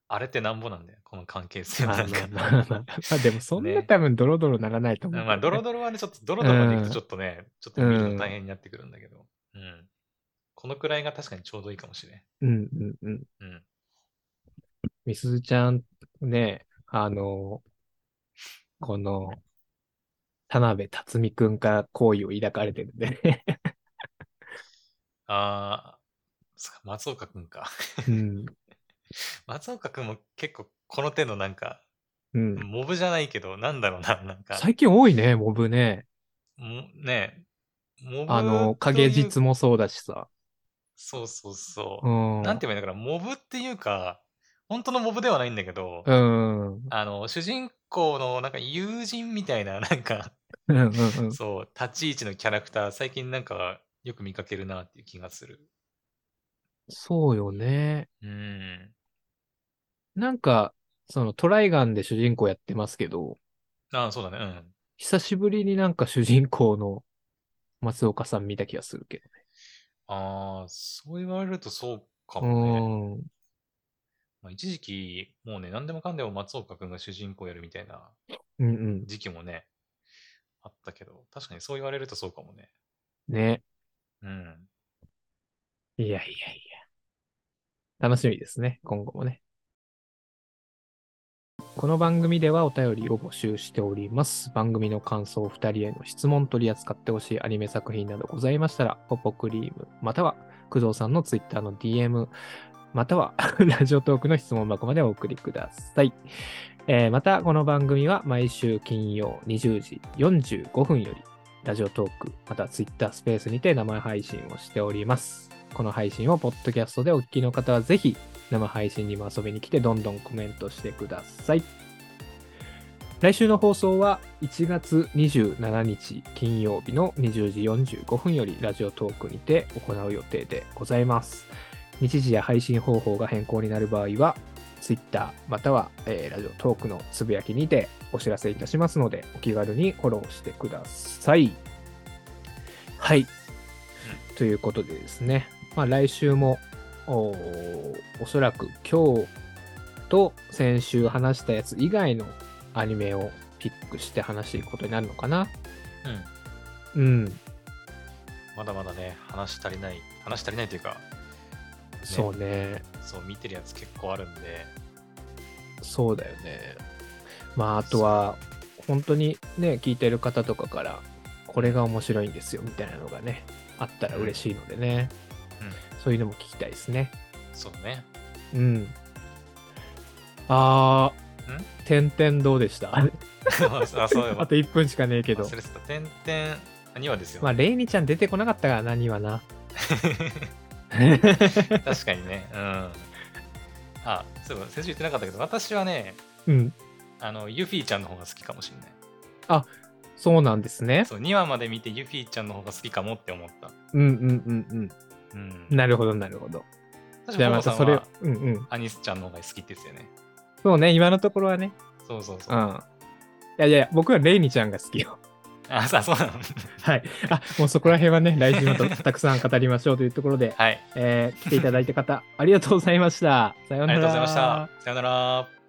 Speaker 2: あれってなんぼなんだよ、この関係性は
Speaker 1: ま
Speaker 2: な
Speaker 1: あ
Speaker 2: ん
Speaker 1: ま
Speaker 2: か
Speaker 1: あ。まあまあ、まあでもそんな
Speaker 2: ね
Speaker 1: 多分ドロドロならないと思う、
Speaker 2: まあ、ドロ
Speaker 1: ロ。
Speaker 2: ドロはね、ちょっと、ドロドロまでいくとちょっとね、ちょっと見るの大変になってくるんだけど、うん。このくらいが確かにちょうどいいかもしれん。
Speaker 1: うんうんうん。
Speaker 2: うん。
Speaker 1: みすずちゃん、ね、あの、この、田辺辰巳くんから好意を抱かれてるんでね。
Speaker 2: あー、そっか松岡くんか。
Speaker 1: うん。
Speaker 2: 松岡くんも結構この手のなんか、
Speaker 1: うん。
Speaker 2: モブじゃないけど、なんだろうな、なんか、
Speaker 1: 最近多いね、モブね。
Speaker 2: もねえ、モブ
Speaker 1: あの、
Speaker 2: という
Speaker 1: 影実もそうだしさ。
Speaker 2: そうそうそうう。
Speaker 1: ん。
Speaker 2: なんて言えばいいのかな、モブっていうか、本当のモブではないんだけど、
Speaker 1: うん。うん
Speaker 2: あの、主人公のなんか友人みたいな、 なんか、
Speaker 1: うんうん。
Speaker 2: そう、立ち位置のキャラクター、最近なんかよく見かけるなっていう気がする。
Speaker 1: そうよね。
Speaker 2: うん。
Speaker 1: なんか、そのトライガンで主人公やってますけど、
Speaker 2: ああ、そうだね。うん。
Speaker 1: 久しぶりになんか主人公の松岡さん見た気がするけ
Speaker 2: ああ、そう言われるとそうか
Speaker 1: ど。
Speaker 2: もね。
Speaker 1: うん。
Speaker 2: まあ、一時期、もうね、何でもかんでも松岡君が主人公やるみたいな
Speaker 1: うんうん。
Speaker 2: 時期もね、あったけど、確かにそう言われるとそうかもね。
Speaker 1: ね。
Speaker 2: うん。
Speaker 1: いやいやいや。楽しみですね。今後もね。この番組ではお便りを募集しております。番組の感想、2人への質問、取り扱ってほしいアニメ作品などございましたら、ポポクリーム、または工藤さんのツイッターの DM、または ラジオトークの質問箱までお送りください。えーまた、この番組は毎週金曜20時45分より、ラジオトーク、またはツイッタースペースにて生配信をしております。この配信をポッドキャストでお聞きの方はぜひ生配信にも遊びに来てどんどんコメントしてください。来週の放送は1月27日金曜日の20時45分よりラジオトークにて行う予定でございます。日時や配信方法が変更になる場合は Twitter または、えーラジオトークのつぶやきにてお知らせいたしますのでお気軽にフォローしてください。はい。ということでですね、まあ、来週もおーおそらく今日と先週話したやつ以外のアニメをピックして話していくことになるのかな。
Speaker 2: うん。
Speaker 1: うん、
Speaker 2: まだまだね、話し足りない、話し足りないというか、
Speaker 1: そうね、
Speaker 2: そう、見てるやつ結構あるんで、
Speaker 1: そうだよね。まあ、あとは、本当にね、聞いてる方とかから、これが面白いんですよみたいなのがね、あったら嬉しいのでね、
Speaker 2: う
Speaker 1: そういうのも聞きたいですね。
Speaker 2: ん、そう ね。
Speaker 1: うん。あ
Speaker 2: ん
Speaker 1: ー、点々どうでした
Speaker 2: あ、そういえ ば
Speaker 1: あと1分しかねえけど
Speaker 2: 忘。れてた。点々、あ2話ですよ、
Speaker 1: まあ、
Speaker 2: ね。
Speaker 1: レイニちゃん出てこなかったからな、には な。
Speaker 2: 確かにね。うん。あ、そういえば、先週言ってなかったけど、私はね、
Speaker 1: うん。
Speaker 2: あの、ユフィちゃんの方が好きかもしれない。
Speaker 1: そうなんですね。
Speaker 2: そう、2話まで見てユフィちゃんの方が好きかもって思った。
Speaker 1: うんうんうん
Speaker 2: うん
Speaker 1: うん。。なるほど、なるほど。
Speaker 2: 確
Speaker 1: じゃあま
Speaker 2: かに、ま
Speaker 1: た
Speaker 2: た
Speaker 1: そ
Speaker 2: そ
Speaker 1: れ
Speaker 2: れ
Speaker 1: を。。うんうん。
Speaker 2: アニスちゃんの方が好きって言ってたよね。
Speaker 1: そうね、今のところはね。
Speaker 2: そうそうそうう。
Speaker 1: ん。いやいや、僕はレイニちゃんが好きよ。
Speaker 2: あ、さそうなの。
Speaker 1: はい。あ、もうそこら辺はね、来週また たくさん語りましょうというところで、
Speaker 2: はい。
Speaker 1: えー来ていただいた方、ありがとうございました。さような
Speaker 2: あ
Speaker 1: ら。
Speaker 2: りがとうございました。さよなら。